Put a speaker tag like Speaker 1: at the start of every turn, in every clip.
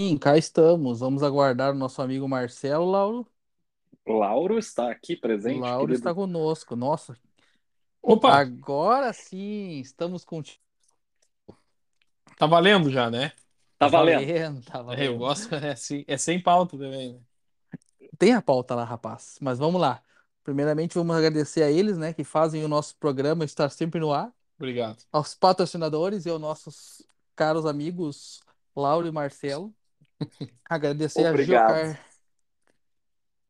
Speaker 1: Sim, cá estamos. Vamos aguardar o nosso amigo Marcelo. Lauro,
Speaker 2: Lauro está aqui presente,
Speaker 1: Lauro está
Speaker 2: querido.
Speaker 1: conosco. Nossa,
Speaker 3: Opa,
Speaker 1: agora sim, estamos contigo.
Speaker 3: tá valendo já, né?
Speaker 2: Tá valendo.
Speaker 1: valendo, tá
Speaker 3: É, eu
Speaker 1: valendo.
Speaker 3: gosto, é, assim, é sem pauta também, né?
Speaker 1: Tem a pauta lá, rapaz. Mas vamos lá. Primeiramente, vamos agradecer a eles, né, que fazem o nosso programa estar sempre no ar.
Speaker 3: Obrigado.
Speaker 1: Aos patrocinadores e aos nossos caros amigos Lauro e Marcelo. Agradecer a
Speaker 2: Obrigado.
Speaker 1: Geocar,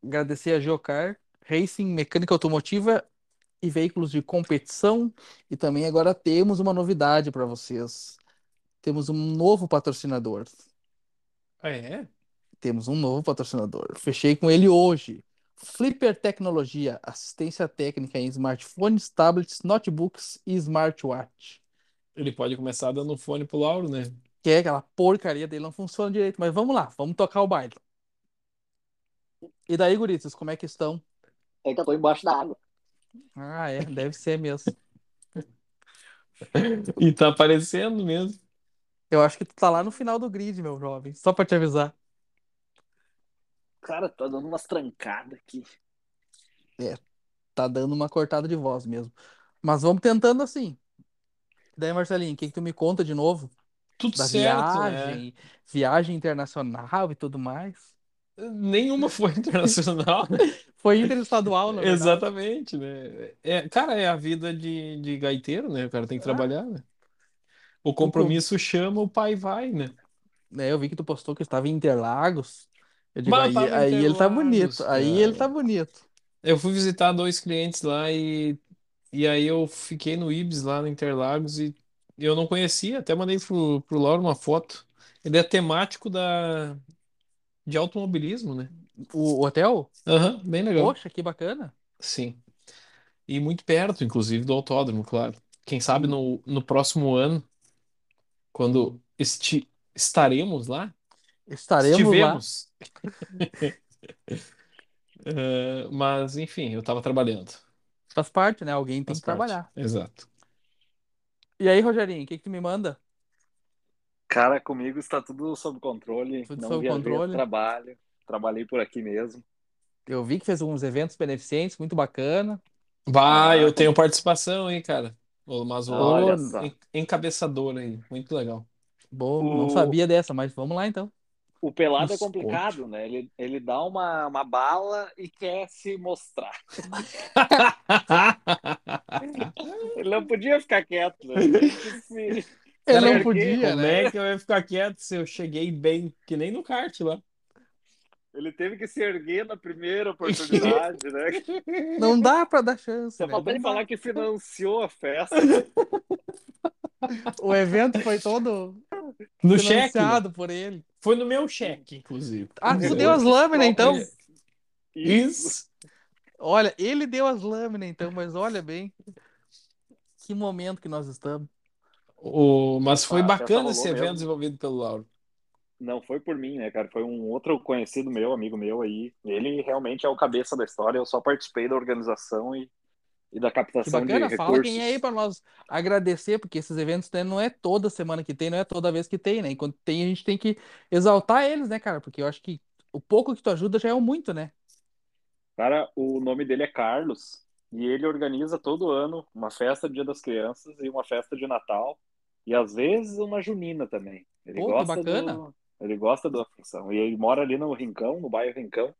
Speaker 1: agradecer a Geocar Racing Mecânica Automotiva e veículos de competição. E também agora temos uma novidade para vocês. Temos um novo patrocinador.
Speaker 3: Ah, É,
Speaker 1: Temos um novo patrocinador. Fechei com ele hoje. Flipper Tecnologia, assistência técnica em smartphones, tablets, notebooks e smartwatch.
Speaker 3: ele pode começar dando um fone pro Lauro, né?
Speaker 1: Que é aquela porcaria dele, não funciona direito. Mas vamos lá, vamos tocar o baile. E daí, guritas, como é que estão?
Speaker 2: É que eu tô embaixo da água.
Speaker 1: Ah, é, deve ser mesmo.
Speaker 3: E tá aparecendo mesmo.
Speaker 1: Eu acho que tu tá lá no final do grid, meu jovem. Só pra te avisar.
Speaker 2: Cara, tá dando umas trancadas aqui.
Speaker 1: É, tá dando uma cortada de voz mesmo. Mas vamos tentando assim. Daí, Marcelinho, o que que tu me conta de novo?
Speaker 3: Tudo
Speaker 1: Da
Speaker 3: certo, né?
Speaker 1: viagem, viagem internacional e tudo mais.
Speaker 3: Nenhuma foi internacional, né?
Speaker 1: Foi interestadual, na verdade.
Speaker 3: Exatamente, né? É, cara, é a vida de, de gaiteiro, né? O cara tem que
Speaker 1: Ah,
Speaker 3: trabalhar, né? O
Speaker 1: tu com...
Speaker 3: compromisso chama, o pai vai, né?
Speaker 1: né, eu vi que tu postou que estava em Interlagos. Eu digo,
Speaker 3: Mas eu
Speaker 1: aí,
Speaker 3: tava em
Speaker 1: aí ele tá bonito.
Speaker 3: Interlagos,
Speaker 1: Aí ele tá
Speaker 3: cara.
Speaker 1: bonito.
Speaker 3: Eu fui visitar dois clientes lá e, e aí eu fiquei no Ibis lá no Interlagos e eu não conhecia, até mandei pro, pro Lauro uma foto. Ele é temático da, de automobilismo, né?
Speaker 1: O, o hotel?
Speaker 3: Aham, bem legal.
Speaker 1: Poxa, que bacana.
Speaker 3: Sim. E muito perto, inclusive, do autódromo, claro. Quem sabe
Speaker 1: Hum,
Speaker 3: no, no próximo ano, quando esti, estaremos lá,
Speaker 1: Estaremos lá.
Speaker 3: estivemos. Eh, mas, enfim, eu tava trabalhando.
Speaker 1: Faz parte, né? Alguém tem
Speaker 3: Faz
Speaker 1: que
Speaker 3: parte.
Speaker 1: trabalhar.
Speaker 3: Exato.
Speaker 1: E aí, Rogerinho, o que que tu me manda?
Speaker 2: Cara, comigo está tudo sob controle.
Speaker 1: Tudo
Speaker 2: Não
Speaker 1: sob
Speaker 2: viajei a
Speaker 1: controle?
Speaker 2: trabalho. Trabalhei por aqui mesmo.
Speaker 1: Eu vi que fez uns eventos beneficentes, muito bacana.
Speaker 3: Bah,
Speaker 2: Ah,
Speaker 3: eu tenho participação, hein, cara. Ô, Mas o
Speaker 2: olha
Speaker 1: Ô,
Speaker 2: só.
Speaker 3: en- encabeçador aí, muito legal.
Speaker 1: bom, não
Speaker 2: O,
Speaker 1: sabia dessa, mas vamos lá então.
Speaker 2: o pelado é
Speaker 3: Nos conte.
Speaker 2: complicado, né? Ele, ele dá uma, uma bala e quer se mostrar. Ele não podia ficar quieto, né? Ele tem que se,
Speaker 1: Ele
Speaker 2: se
Speaker 3: Cara,
Speaker 1: não
Speaker 2: erguer.
Speaker 1: podia,
Speaker 3: como
Speaker 1: né?
Speaker 3: é que eu ia ficar quieto se eu cheguei bem, que nem no kart lá?
Speaker 2: Ele teve que se erguer na primeira oportunidade, né?
Speaker 1: é Não dá pra dar chance,
Speaker 2: Só
Speaker 1: né? velho.
Speaker 2: faltou
Speaker 1: Não
Speaker 2: ele
Speaker 1: dá.
Speaker 2: falar que financiou a festa.
Speaker 1: O evento foi todo
Speaker 3: No cheque, né?
Speaker 1: financiado por ele.
Speaker 3: Foi no meu cheque, inclusive.
Speaker 1: Ah, tu deu as
Speaker 2: Ele
Speaker 1: lâminas então?
Speaker 2: próprio.
Speaker 3: É,
Speaker 2: Isso.
Speaker 3: Isso.
Speaker 1: Olha, ele deu as lâminas então, mas olha bem que momento que nós estamos.
Speaker 3: O, mas foi
Speaker 2: Ah, a festa
Speaker 3: bacana esse
Speaker 2: rolou
Speaker 3: evento
Speaker 2: mesmo.
Speaker 3: desenvolvido pelo Lauro.
Speaker 2: Não foi por mim, né, cara? Foi um outro conhecido meu, amigo meu aí. Ele realmente é o cabeça da história. Eu só participei da organização e, e da
Speaker 1: Que
Speaker 2: captação de
Speaker 1: bacana, Tá fala quem é aí
Speaker 2: recursos.
Speaker 1: pra nós agradecer, porque esses eventos né, não é toda semana que tem, não é toda vez que tem, né? E quando tem, a gente tem que exaltar eles, né, cara? Porque eu acho que o pouco que tu ajuda já é o muito, né?
Speaker 2: Cara, o nome dele é Carlos e ele organiza todo ano uma festa de Dia das Crianças e uma festa de Natal e às vezes uma junina também. Ele
Speaker 1: Pô, que
Speaker 2: gosta
Speaker 1: bacana.
Speaker 2: do, ele gosta da função e ele mora ali no Rincão, no bairro Rincão.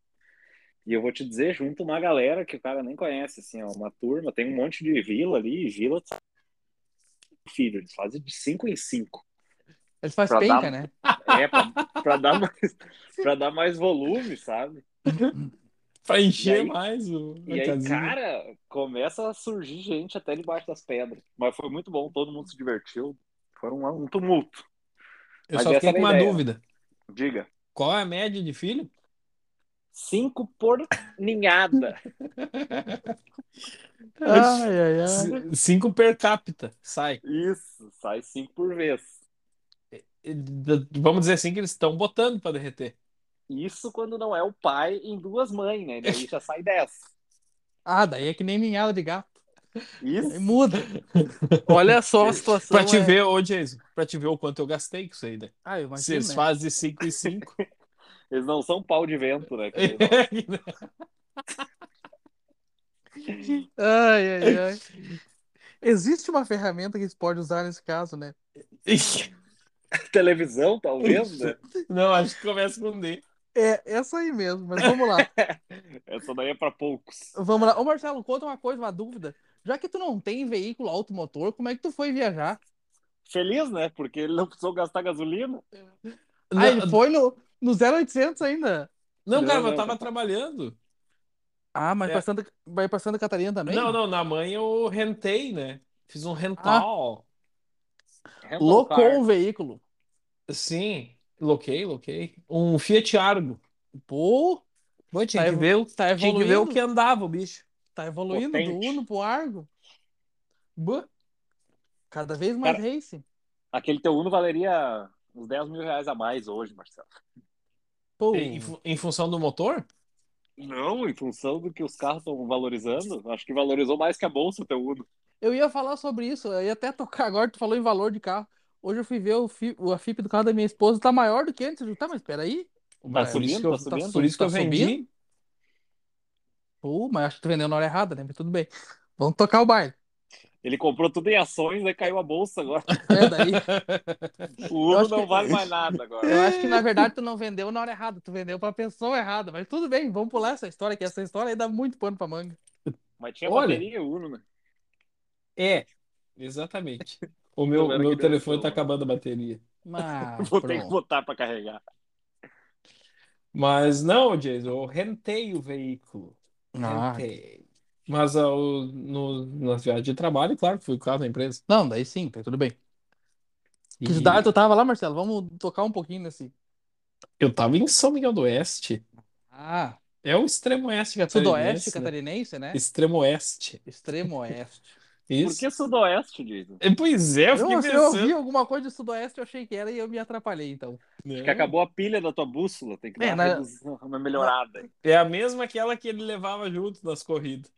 Speaker 2: E eu vou te dizer, junto uma galera que o cara nem conhece, assim, ó, uma turma, tem um monte de vila ali, e vila de filho, eles fazem de cinco em cinco,
Speaker 1: Ele faz
Speaker 2: pra dar,
Speaker 1: penca, né?
Speaker 2: é, pra, pra dar mais, pra dar mais volume, sabe?
Speaker 3: Pra
Speaker 2: E
Speaker 3: encher
Speaker 2: aí,
Speaker 3: mais o- a
Speaker 2: e aí,
Speaker 3: casinha.
Speaker 2: cara, começa a surgir gente até debaixo das pedras. Mas foi muito bom, todo mundo se divertiu, foi um, um tumulto.
Speaker 3: Eu
Speaker 2: Mas
Speaker 3: só
Speaker 2: essa
Speaker 3: fiquei
Speaker 2: era
Speaker 3: com
Speaker 2: a
Speaker 3: uma
Speaker 2: ideia,
Speaker 3: dúvida.
Speaker 2: diga,
Speaker 3: Qual é a média de filho?
Speaker 2: cinco por ninhada.
Speaker 1: Ai, ai, ai.
Speaker 3: C- Cinco per capita, sai.
Speaker 2: Isso, sai cinco por vez.
Speaker 3: E d- Vamos dizer assim que eles estão botando pra derreter.
Speaker 2: Isso quando não é o pai em duas mães, né? Daí já sai dez.
Speaker 1: Ah, daí é que nem ninhada de gato. Aí
Speaker 2: Isso.
Speaker 1: muda. Olha só a situação.
Speaker 3: Pra te
Speaker 1: é-
Speaker 3: ver, ô Jason, pra te ver o quanto eu gastei com isso aí, né?
Speaker 1: Ah, eu
Speaker 3: Se
Speaker 1: imagino,
Speaker 3: eles
Speaker 1: né?
Speaker 3: fazem 5 e 5.
Speaker 2: Eles não são pau de vento, né? que-
Speaker 1: Ai, ai, ai. Existe uma ferramenta que eles podem usar nesse caso, né?
Speaker 2: Televisão, talvez, né?
Speaker 3: Não, acho que começa com D.
Speaker 1: É essa aí mesmo, mas vamos lá.
Speaker 2: Essa daí é pra poucos.
Speaker 1: Vamos lá. Ô, Marcelo, conta uma coisa, uma dúvida. Já que tu não tem veículo automotor, como é que tu foi viajar?
Speaker 2: Feliz, né? Porque ele não precisou gastar gasolina.
Speaker 1: Ah, ele foi no, no 0800 ainda.
Speaker 3: Não, cara,
Speaker 2: Não,
Speaker 3: eu
Speaker 2: não,
Speaker 3: tava
Speaker 2: não.
Speaker 3: trabalhando.
Speaker 1: Ah, mas
Speaker 3: É.
Speaker 1: pra Santa- vai pra Santa Catarina também?
Speaker 3: Não, não, na mãe eu rentei, né? Fiz um rental.
Speaker 2: Rental car.
Speaker 1: Locou o veículo.
Speaker 3: Sim, loquei, loquei. Um Fiat Argo.
Speaker 1: Pô,
Speaker 3: Pô, tinha
Speaker 1: Tá
Speaker 3: que ver, o-
Speaker 1: tá
Speaker 3: tinha que ver o
Speaker 1: evoluindo.
Speaker 3: que é andava o bicho.
Speaker 1: Tá evoluindo do
Speaker 2: Potente.
Speaker 1: Uno pro Argo.
Speaker 3: Bã.
Speaker 1: Cada vez mais racing.
Speaker 2: Aquele teu Uno valeria uns 10 mil reais a mais hoje, Marcelo.
Speaker 1: Pô,
Speaker 3: Em, em fu- em função do motor?
Speaker 2: Tá Não, em função do que os carros estão valorizando, acho que valorizou mais que a bolsa o teu Uno.
Speaker 1: eu ia falar sobre isso. Eu ia até tocar agora, tu falou em valor de carro. Hoje eu fui ver o fi- a FIP do carro da minha esposa, tá maior do que antes. Eu, Tá, mas peraí.
Speaker 3: Mas por
Speaker 2: subindo,
Speaker 3: isso que eu,
Speaker 2: tá subindo,
Speaker 3: por isso que
Speaker 1: tá
Speaker 3: eu vendi.
Speaker 1: subindo. Pô, mas acho que tu vendeu na hora errada, né? Mas tudo bem. Vamos tocar o baile.
Speaker 2: Ele comprou tudo em ações, aí caiu a bolsa agora.
Speaker 1: É, daí.
Speaker 2: O
Speaker 1: Eu
Speaker 2: Uno
Speaker 1: acho
Speaker 2: não
Speaker 1: que- é
Speaker 2: vale mais nada agora.
Speaker 1: Eu acho que na verdade tu não vendeu na hora errada, tu vendeu pra pessoa errada, mas tudo bem, vamos pular essa história, que essa história aí dá muito pano pra manga.
Speaker 2: Mas tinha
Speaker 3: Olha.
Speaker 2: bateria Uno, né?
Speaker 3: É, exatamente. O meu,
Speaker 2: Não era
Speaker 3: o meu
Speaker 2: que deu
Speaker 3: telefone
Speaker 2: som,
Speaker 3: tá
Speaker 2: né?
Speaker 3: acabando a bateria.
Speaker 1: Mas
Speaker 2: Vou ter que
Speaker 1: Ah, pronto.
Speaker 2: botar pra carregar.
Speaker 3: Mas não, Jason, eu rentei o veículo.
Speaker 1: Ah,
Speaker 3: Rentei. Mas ah, o- no, na viagem de trabalho, claro, que fui com o carro da empresa.
Speaker 1: não, daí sim, tá tudo bem. Que
Speaker 3: E
Speaker 1: cidade tu tava lá, Marcelo? Vamos tocar um pouquinho nesse.
Speaker 3: eu tava em São Miguel do Oeste.
Speaker 1: Ah,
Speaker 3: É o extremo oeste
Speaker 1: sudoeste
Speaker 3: catarinense, né?
Speaker 1: catarinense, né?
Speaker 3: Extremo oeste.
Speaker 1: Extremo oeste.
Speaker 2: Por
Speaker 3: Isso.
Speaker 2: que sudoeste, Jason?
Speaker 3: É, Pois é, eu
Speaker 1: Eu,
Speaker 3: fiquei
Speaker 1: eu,
Speaker 3: pensando.
Speaker 1: ouvi alguma coisa de sudoeste, eu achei que era e eu me atrapalhei, então.
Speaker 3: Não.
Speaker 2: Que acabou a pilha da tua bússola, tem que dar
Speaker 1: É,
Speaker 2: uma,
Speaker 1: na-
Speaker 2: redução, uma melhorada.
Speaker 3: É a mesma aquela que ele levava junto nas corridas.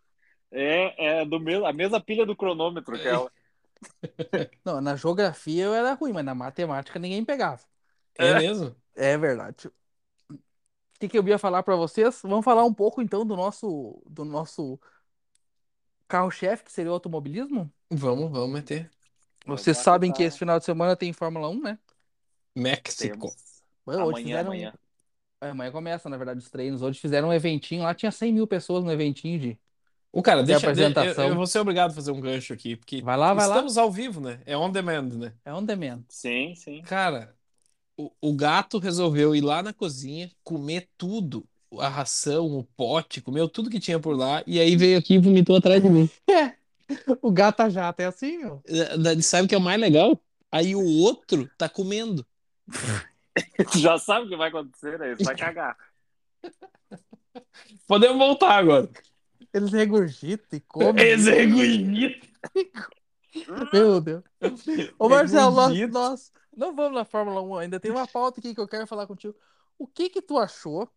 Speaker 2: É, é do mesmo, a mesma pilha do cronômetro que é ela.
Speaker 1: Não, na geografia eu era ruim, mas na matemática ninguém pegava.
Speaker 3: É mesmo?
Speaker 1: É verdade. O que, que eu ia falar pra vocês? Vamos falar um pouco então do nosso do nosso carro-chefe, que seria o automobilismo.
Speaker 3: Vamos, vamos meter.
Speaker 1: Vocês
Speaker 2: lá,
Speaker 1: sabem
Speaker 2: tá.
Speaker 1: que esse final de semana tem Fórmula 1, né?
Speaker 3: México.
Speaker 2: Temos.
Speaker 1: Bom, Hoje
Speaker 2: Amanhã,
Speaker 1: fizeram.
Speaker 2: amanhã.
Speaker 1: é, amanhã começa, na verdade, os treinos. Hoje fizeram um eventinho lá, tinha 100 mil pessoas no eventinho de.
Speaker 3: O cara, deixa,
Speaker 1: Tem apresentação.
Speaker 3: Eu, eu vou ser obrigado a fazer um gancho aqui, porque
Speaker 1: Vai lá, vai lá.
Speaker 3: estamos ao vivo, né? É on demand, né?
Speaker 1: É on demand.
Speaker 2: Sim, sim.
Speaker 3: Cara, o, o gato resolveu ir lá na cozinha, comer tudo, a ração, o pote, comeu tudo que tinha por lá, e aí veio aqui e vomitou atrás de mim.
Speaker 1: É. O gata jata é assim, meu.
Speaker 3: Eh, daí Sabe o que é o mais legal? Aí o outro tá comendo.
Speaker 2: Tu já sabe o que vai acontecer, né? Isso vai cagar.
Speaker 3: Podemos voltar agora. é
Speaker 1: Eles regurgitam e comem.
Speaker 3: Exeguinito.
Speaker 1: Meu Deus. Ô, Marcelo, nós,
Speaker 3: Regurgita.
Speaker 1: nós não vamos na Fórmula 1 ainda. Tem uma pauta aqui que eu quero falar contigo. O que que tu achou?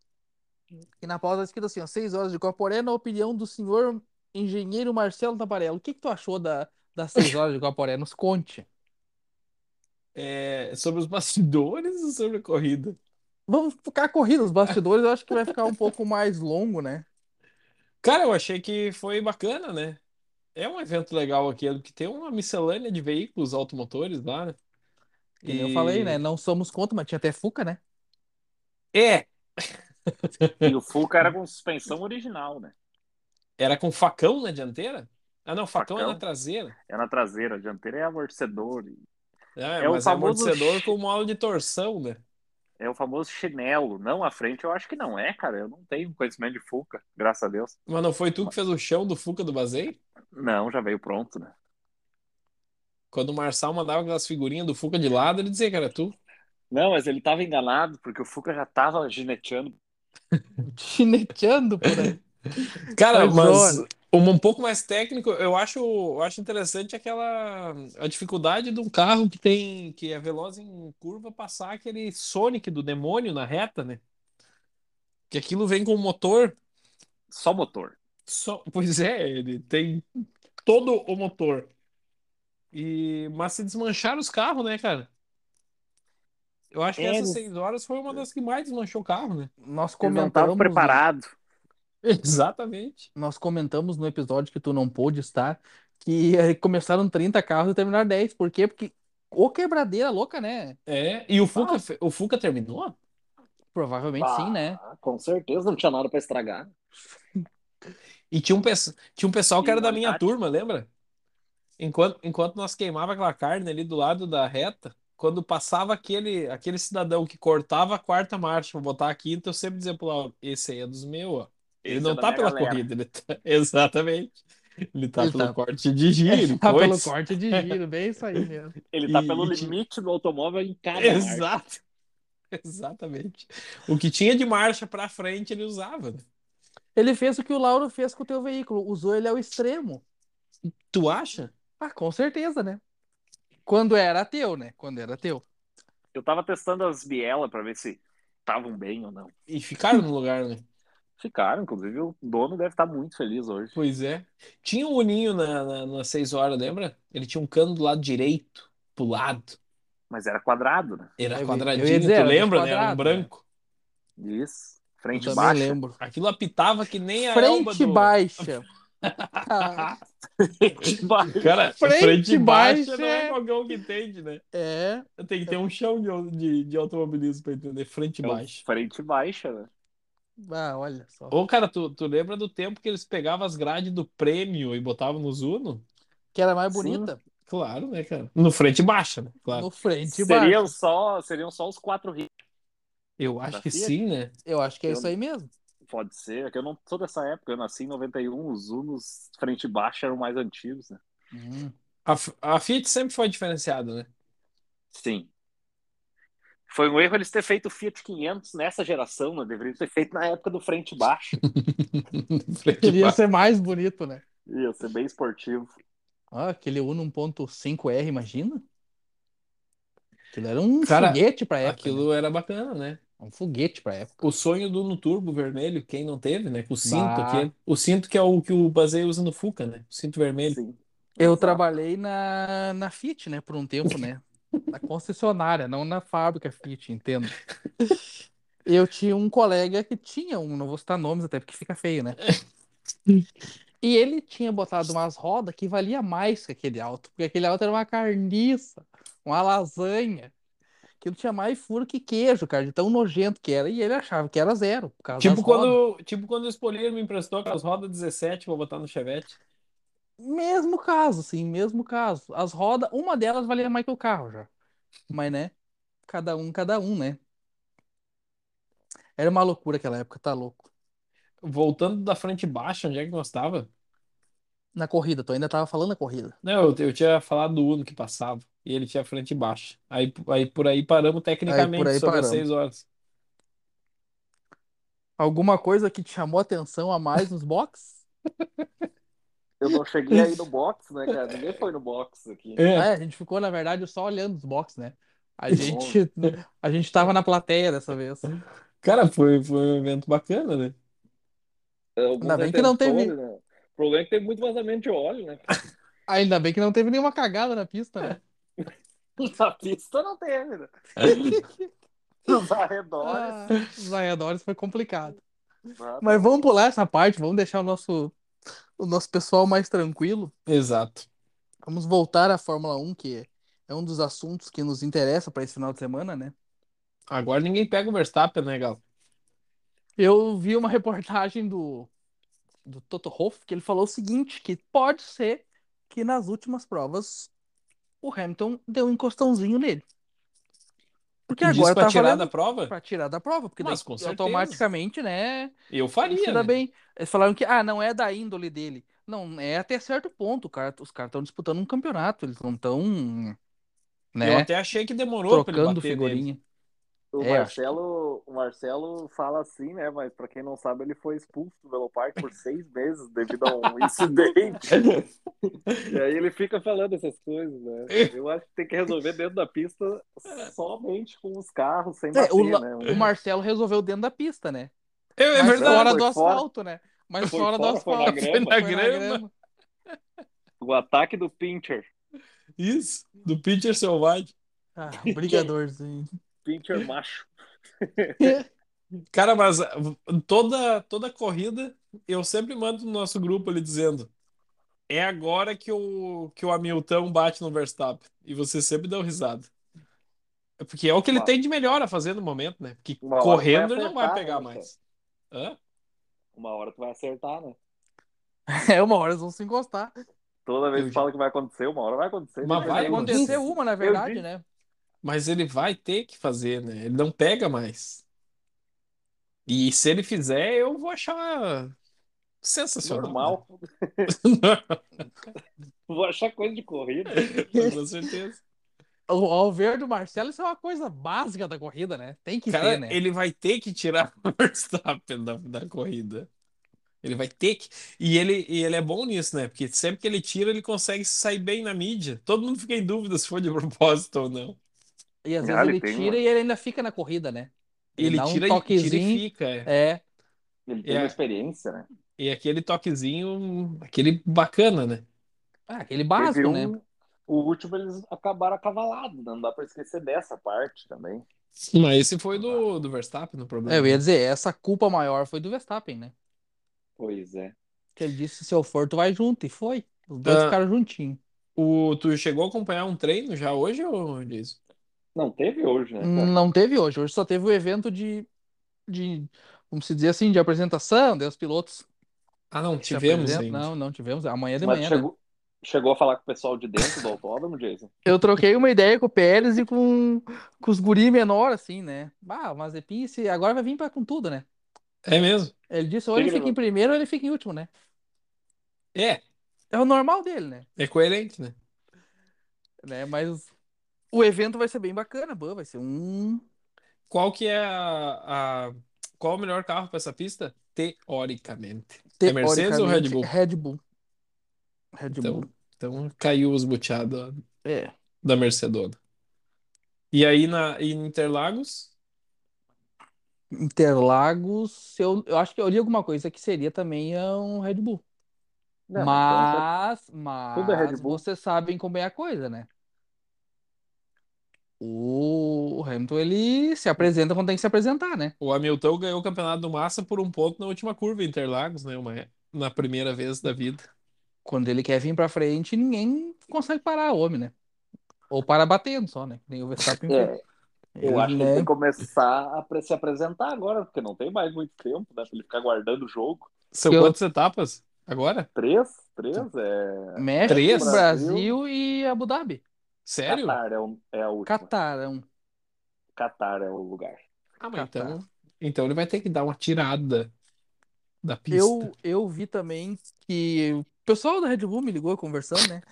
Speaker 1: E na pauta tá escrito assim, ó, 6 horas de Coporé, na opinião do senhor engenheiro Marcelo Taparello. O que que tu achou da, das 6 horas de Coporé? Nos conte.
Speaker 3: É, sobre os bastidores ou sobre a corrida?
Speaker 1: Vamos ficar corrida, os bastidores eu acho que vai ficar um pouco mais longo, né?
Speaker 3: Cara, eu achei que foi bacana, né? É um evento legal aqui, porque tem uma miscelânea de veículos automotores lá, né?
Speaker 1: Que nem eu
Speaker 3: E-
Speaker 1: falei, né? Não somos contra, mas tinha até Fuca, né?
Speaker 3: É,
Speaker 2: E o Fuca era com suspensão original, né?
Speaker 3: era com facão na dianteira? Ah, não, facão, é na
Speaker 2: Facão.
Speaker 3: traseira.
Speaker 2: É na traseira, a dianteira é amortecedor.
Speaker 3: Ah,
Speaker 2: É o
Speaker 3: mas
Speaker 2: famoso-
Speaker 3: é amortecedor com mola de torção, né?
Speaker 2: É o famoso chinelo. Não, à frente eu acho que não é, cara. Eu não tenho conhecimento de Fuca, graças a Deus.
Speaker 3: Mas não foi tu que fez o chão do Fuca do Bazei?
Speaker 2: Não, já veio pronto, né?
Speaker 3: Quando o Marçal mandava aquelas figurinhas do Fuca de lado, ele dizia que era tu.
Speaker 2: Não, mas ele tava enganado, porque o Fuca já tava gineteando.
Speaker 1: Chineteando por aí.
Speaker 3: Cara,
Speaker 1: Pois
Speaker 3: mas
Speaker 1: olha.
Speaker 3: um, um pouco mais técnico, eu acho, eu acho interessante aquela a dificuldade de um carro que tem que é veloz em curva passar aquele Sonic do demônio na reta, né? Que um aquilo vem com o motor.
Speaker 2: Só motor.
Speaker 3: Só, pois é, ele tem todo o motor. E, mas se desmancharam os carros, né, cara? Eu acho que
Speaker 2: É,
Speaker 3: essas
Speaker 2: eles-
Speaker 3: seis horas foi uma das que mais desmanchou o carro, né?
Speaker 1: Nós
Speaker 2: Eles não estavam
Speaker 1: comentamos,
Speaker 2: preparados.
Speaker 3: Exatamente.
Speaker 1: nós comentamos no episódio que tu não pôde estar que eh, começaram 30 carros e terminaram 10. Por quê? Porque ô quebradeira louca, né?
Speaker 3: É, e o Fuca, fe- o Fuca terminou?
Speaker 1: Provavelmente sim, né?
Speaker 2: Ah, Com certeza, não tinha nada pra estragar.
Speaker 3: E tinha um, pesso- tinha um pessoal que era da minha
Speaker 2: Verdade.
Speaker 3: turma, lembra? Enquanto, enquanto nós queimava aquela carne ali do lado da reta, quando passava aquele, aquele cidadão que cortava a quarta marcha pra botar a quinta, eu sempre dizia pro Lauro, esse aí é dos meus, ó. Ele
Speaker 2: Esse
Speaker 3: não
Speaker 2: é da
Speaker 3: tá
Speaker 2: minha
Speaker 3: pela
Speaker 2: galera."
Speaker 3: corrida, ele tá... Exatamente. Ele tá
Speaker 1: Ele
Speaker 3: pelo
Speaker 1: tá-
Speaker 3: corte de giro,
Speaker 1: Tá pelo
Speaker 3: coisa.
Speaker 1: corte de giro, bem isso aí mesmo.
Speaker 2: Ele tá
Speaker 3: E-
Speaker 2: pelo
Speaker 3: e tinha-
Speaker 2: limite do automóvel em cada marcha.
Speaker 3: Exato. Exatamente. O que tinha de marcha pra frente, ele usava. né?
Speaker 1: Ele fez o que o Lauro fez com o teu veículo, usou ele ao extremo.
Speaker 3: Tu acha?
Speaker 1: Ah, com certeza, né? Quando era teu, né? Quando era teu.
Speaker 2: Eu tava testando as bielas pra ver se estavam bem ou não.
Speaker 3: E ficaram no lugar, né?
Speaker 2: Ficaram, inclusive o dono deve estar muito feliz hoje.
Speaker 3: Pois é. Tinha um uninho na, na, nas seis horas, lembra? Ele tinha um cano do lado direito, pro lado.
Speaker 2: Mas era quadrado, né?
Speaker 3: Era
Speaker 1: Eu ia- eu ia
Speaker 3: quadradinho,
Speaker 1: dizer,
Speaker 3: tu
Speaker 1: era dos
Speaker 3: lembra, né? Era um
Speaker 1: quadrados,
Speaker 3: branco.
Speaker 2: Isso.
Speaker 1: Eu
Speaker 2: Frente
Speaker 1: também
Speaker 2: baixa.
Speaker 1: lembro.
Speaker 3: Aquilo apitava que nem a elba
Speaker 1: Frente
Speaker 3: do...
Speaker 1: baixa. Ah,
Speaker 2: Frente baixa.
Speaker 3: Cara, frente,
Speaker 1: Frente
Speaker 3: baixa,
Speaker 1: baixa
Speaker 3: não é
Speaker 1: é-
Speaker 3: qualquer um que entende, né?
Speaker 1: é.
Speaker 3: Tem que ter um chão de, de, de automobilismo pra entender frente
Speaker 2: É o
Speaker 3: baixa.
Speaker 2: Frente baixa, né?
Speaker 1: Ah, olha só.
Speaker 3: Ô, cara, tu, tu lembra do tempo que eles pegavam as grades do prêmio e botavam nos Uno?
Speaker 1: Que era mais
Speaker 2: Sim.
Speaker 1: bonita.
Speaker 3: Claro, né, cara? No frente baixa, né? Claro.
Speaker 1: No frente baixa.
Speaker 2: Seriam só, seriam só os quatro ricos.
Speaker 3: Eu acho que
Speaker 2: Fiat?
Speaker 3: sim, né?
Speaker 1: Eu acho que é
Speaker 2: Eu-
Speaker 1: isso aí mesmo.
Speaker 2: Pode ser, é que eu não sou dessa época, eu nasci em 91, os Unos frente baixa eram mais antigos, né?
Speaker 1: Hum.
Speaker 3: A, F- a Fiat sempre foi diferenciada, né?
Speaker 2: Sim. Foi um erro eles terem feito o Fiat 500 nessa geração, né? Deveriam ter feito na época do frente baixa.
Speaker 3: No frente
Speaker 1: Queria
Speaker 3: baixa.
Speaker 1: ser mais bonito, né?
Speaker 2: Ia ser bem esportivo.
Speaker 1: Ah, aquele Uno 1.5R, imagina? Aquilo era um
Speaker 3: Cara,
Speaker 1: foguete pra época. né?
Speaker 3: Aquilo era bacana, né?
Speaker 1: Um foguete pra época.
Speaker 3: O sonho do Uno Turbo vermelho, quem não teve, né? Com o cinto
Speaker 1: Bah.
Speaker 3: aqui. O cinto que é o que o Basei usa no Fuca, né? O cinto vermelho.
Speaker 2: Sim.
Speaker 1: Eu
Speaker 2: Exato.
Speaker 1: trabalhei na, na Fiat, né, por um tempo, né? Na concessionária, não na fábrica Fiat, entendo. Eu tinha um colega que tinha um, não vou citar nomes até porque fica feio, né? E ele tinha botado umas rodas que valia mais que aquele auto, porque aquele auto era uma carniça, uma lasanha, que não tinha mais furo que queijo, cara, de tão nojento que era. E ele achava que era zero, por causa
Speaker 3: Tipo
Speaker 1: das rodas.
Speaker 3: quando, tipo quando o Spolier me emprestou aquelas rodas 17 pra botar no Chevette.
Speaker 1: Mesmo caso, sim, mesmo caso. As rodas, uma delas valia mais que o carro já. Mas, né? Cada um, cada um, né? Era uma loucura aquela época, tá louco.
Speaker 3: Voltando da frente baixa, onde é que nós tava?
Speaker 1: Na corrida, tu ainda tava falando na corrida.
Speaker 3: Não, eu, eu tinha falado do Uno que passava e ele tinha frente baixa. Aí, aí por aí paramos tecnicamente
Speaker 1: aí
Speaker 3: sobre as
Speaker 1: paramos.
Speaker 3: 6 horas.
Speaker 1: Alguma coisa que te chamou atenção a mais nos boxes?
Speaker 2: Eu não cheguei aí no box, né, cara? Ninguém foi no box aqui.
Speaker 1: É,
Speaker 3: É,
Speaker 1: a gente ficou, na verdade, só olhando os boxes, né? A gente, a gente tava na plateia dessa vez.
Speaker 3: né? cara, foi, foi um evento bacana, né?
Speaker 2: Alguns
Speaker 1: Ainda bem que não teve-
Speaker 2: detentores, né? O problema é que tem muito vazamento de óleo, né?
Speaker 1: Ainda bem que não teve nenhuma cagada na pista, né?
Speaker 2: Na pista não teve, né? Nos arredores.
Speaker 1: É.
Speaker 2: né?
Speaker 1: Ah, os arredores foi complicado.
Speaker 2: nada.
Speaker 1: Mas vamos pular essa parte, vamos deixar o nosso, o nosso pessoal mais tranquilo.
Speaker 3: Exato.
Speaker 1: Vamos voltar à Fórmula 1, que é um dos assuntos que nos interessa para esse final de semana, né?
Speaker 3: Agora ninguém pega o Verstappen, né, Gal?
Speaker 1: Eu vi uma reportagem do, do Toto Wolff que ele falou o seguinte, que pode ser que nas últimas provas o Hamilton deu um encostãozinho nele. Porque
Speaker 3: E
Speaker 1: agora
Speaker 3: pra
Speaker 1: tá
Speaker 3: tirar da
Speaker 1: valendo
Speaker 3: prova?
Speaker 1: para tirar da prova, porque
Speaker 3: Mas
Speaker 1: daí
Speaker 3: com certeza.
Speaker 1: automaticamente, né,
Speaker 3: Eu
Speaker 1: Isso
Speaker 3: faria,
Speaker 1: dá
Speaker 3: né?
Speaker 1: bem. Eles falaram que, ah, não é da índole dele. Não, é até certo ponto, cara. Os caras estão disputando um campeonato, eles não estão,
Speaker 3: Eu
Speaker 1: né,
Speaker 3: até achei que demorou pra ele
Speaker 1: trocando
Speaker 3: bater nele.
Speaker 1: figurinha.
Speaker 2: O
Speaker 1: É,
Speaker 2: Marcelo, o Marcelo fala assim, né? Mas pra quem não sabe, ele foi expulso do Velopark por seis meses devido a um incidente. e aí ele fica falando essas coisas, né? Eu acho que tem que resolver dentro da pista somente com os carros, sem bater,
Speaker 1: É, o La-
Speaker 2: né?
Speaker 1: O Marcelo resoleu dentro da pista, né?
Speaker 3: Eu, é
Speaker 1: Mas
Speaker 3: verdade.
Speaker 1: fora
Speaker 2: Foi
Speaker 1: do
Speaker 2: fora.
Speaker 1: asfalto, né? Mas
Speaker 2: Foi
Speaker 1: fora do
Speaker 2: fora, foi na
Speaker 1: asfalto.
Speaker 2: grama.
Speaker 1: Foi na grama.
Speaker 2: O ataque do Pincher.
Speaker 3: Isso, do Pitcher Selvagem.
Speaker 1: Ah, brigadorzinho.
Speaker 2: Pincher macho.
Speaker 3: Cara, mas ah, toda, toda corrida eu sempre mando no nosso grupo ele dizendo: é agora que o, que o Hamilton bate no Verstappen. E você sempre dá um risada. É Porque é o que ele
Speaker 2: Uma-
Speaker 3: tem de melhor a fazer no momento, né? Porque
Speaker 2: Uma hora
Speaker 3: correndo
Speaker 2: vai
Speaker 3: ele não vai
Speaker 2: acertar,
Speaker 3: pegar
Speaker 2: né,
Speaker 3: mais. Hã?
Speaker 2: Uma hora tu vai acertar, né?
Speaker 1: É, uma hora eles vão se encostar.
Speaker 2: Toda vez
Speaker 3: Eu
Speaker 2: que fala que vai acontecer, uma hora Ah, vai acontecer.
Speaker 3: Mas
Speaker 2: Depois
Speaker 3: vai
Speaker 1: Vai acontecer uma, na verdade,
Speaker 2: disse.
Speaker 1: né?
Speaker 3: Mas ele vai ter que fazer, né? Ele não pega mais. E se ele fizer, eu vou achar sensacional.
Speaker 2: é Normal.
Speaker 3: né?
Speaker 2: Vou achar coisa de corrida.
Speaker 1: É.
Speaker 3: Com certeza.
Speaker 1: O Alverde e o Marcelo, isso é uma coisa básica da corrida, né? Tem que
Speaker 3: Cara,
Speaker 1: ter, né?
Speaker 3: ele vai ter que tirar o Verstappen da, da corrida. Ele vai ter que. E ele, e ele é bom nisso, né? Porque sempre que ele tira, ele consegue sair bem na mídia. Todo mundo fica em dúvida se foi de propósito ou não.
Speaker 1: E
Speaker 2: Ah,
Speaker 1: às vezes ele
Speaker 2: ele tem
Speaker 1: tira
Speaker 2: uma-
Speaker 1: e ele ainda fica na corrida, né? Ele
Speaker 3: Ele
Speaker 1: dá um
Speaker 3: tira, e- tira e
Speaker 1: toquezinho.
Speaker 3: fica. é.
Speaker 1: É.
Speaker 2: Ele tem
Speaker 3: É.
Speaker 2: uma experiência, né?
Speaker 3: E aquele toquezinho, aquele bacana, né?
Speaker 1: Ah, aquele
Speaker 2: Teve
Speaker 1: básico, né?
Speaker 2: um- O último eles acabaram acavalado, né? não dá pra esquecer dessa parte também.
Speaker 3: Mas esse foi do, do Verstappen, no
Speaker 1: É, eu
Speaker 3: problema.
Speaker 1: ia dizer, essa culpa maior foi do Verstappen, né?
Speaker 2: Pois é.
Speaker 1: Que ele disse: se eu for, tu vai junto. E foi. Os dois
Speaker 3: Ah.
Speaker 1: ficaram juntinhos.
Speaker 3: O, tu chegou a acompanhar um treino já hoje, ou Jason?
Speaker 2: Não teve hoje, né? cara?
Speaker 1: Não teve hoje. Hoje só teve o evento de, de, vamos se dizer assim, de apresentação. Daí os pilotos
Speaker 3: Ah, não,
Speaker 1: se
Speaker 3: tivemos
Speaker 1: apresentam.
Speaker 3: ainda.
Speaker 1: Não, não tivemos. Amanhã de
Speaker 2: Mas
Speaker 1: manhã. né?
Speaker 2: chegou, chegou a falar com o pessoal de dentro do autódromo, Jason?
Speaker 1: Eu troquei uma ideia com o Pérez e com, com os guri menor, assim, né? Bah, o Mazepin esse- agora vai vir pra, com tudo, né?
Speaker 3: É mesmo?
Speaker 1: Ele disse: ou ele
Speaker 2: Sim,
Speaker 1: fica em
Speaker 2: né?
Speaker 1: primeiro ou ele fica em último, né?
Speaker 3: É,
Speaker 1: É o normal dele, né?
Speaker 3: é coerente, né?
Speaker 1: né? Mas o evento vai ser bem bacana, pô, vai ser um.
Speaker 3: Qual que é a, a- qual o melhor carro para essa pista? Teoricamente. É Mercedes ou Red
Speaker 1: teoricamente,
Speaker 3: Bull?
Speaker 1: Red Bull. Red
Speaker 3: Então,
Speaker 1: Bull.
Speaker 3: então caiu os buteados
Speaker 1: É.
Speaker 3: da Mercedona. E aí na em Interlagos?
Speaker 1: Interlagos, eu, eu acho que eu li alguma coisa que seria também é um Red Bull.
Speaker 2: Não, então
Speaker 1: mas,
Speaker 2: tudo é Red
Speaker 1: mas
Speaker 2: Bull.
Speaker 1: vocês sabem como é a coisa, né? O o Hamilton ele se apresenta quando tem que se apresentar, né?
Speaker 3: O Hamilton ganhou o campeonato do Massa por um ponto na última curva em Interlagos, né? Uma, na primeira vez da vida.
Speaker 1: Quando ele quer vir pra frente, ninguém consegue parar o homem, né? Ou para batendo só, né? Nem o Verstappen.
Speaker 2: É, eu
Speaker 1: Ele,
Speaker 2: acho que
Speaker 1: né?
Speaker 2: ele tem que começar a pre- se apresentar agora, porque não tem mais muito tempo, né? Pra ele ficar guardando o jogo.
Speaker 3: São
Speaker 1: Eu-
Speaker 3: quantas etapas agora?
Speaker 2: Três? Três? É.
Speaker 1: México,
Speaker 3: Três?
Speaker 1: Brasil, e Abu Dhabi.
Speaker 3: Sério?
Speaker 2: Qatar é, o, é a última.
Speaker 1: Catarão.
Speaker 2: Qatar é o lugar.
Speaker 3: Ah, mas
Speaker 1: Catar.
Speaker 3: então, então ele vai ter que dar uma tirada da pista.
Speaker 1: Eu, eu vi também que o pessoal da Red Bull me ligou conversando, né?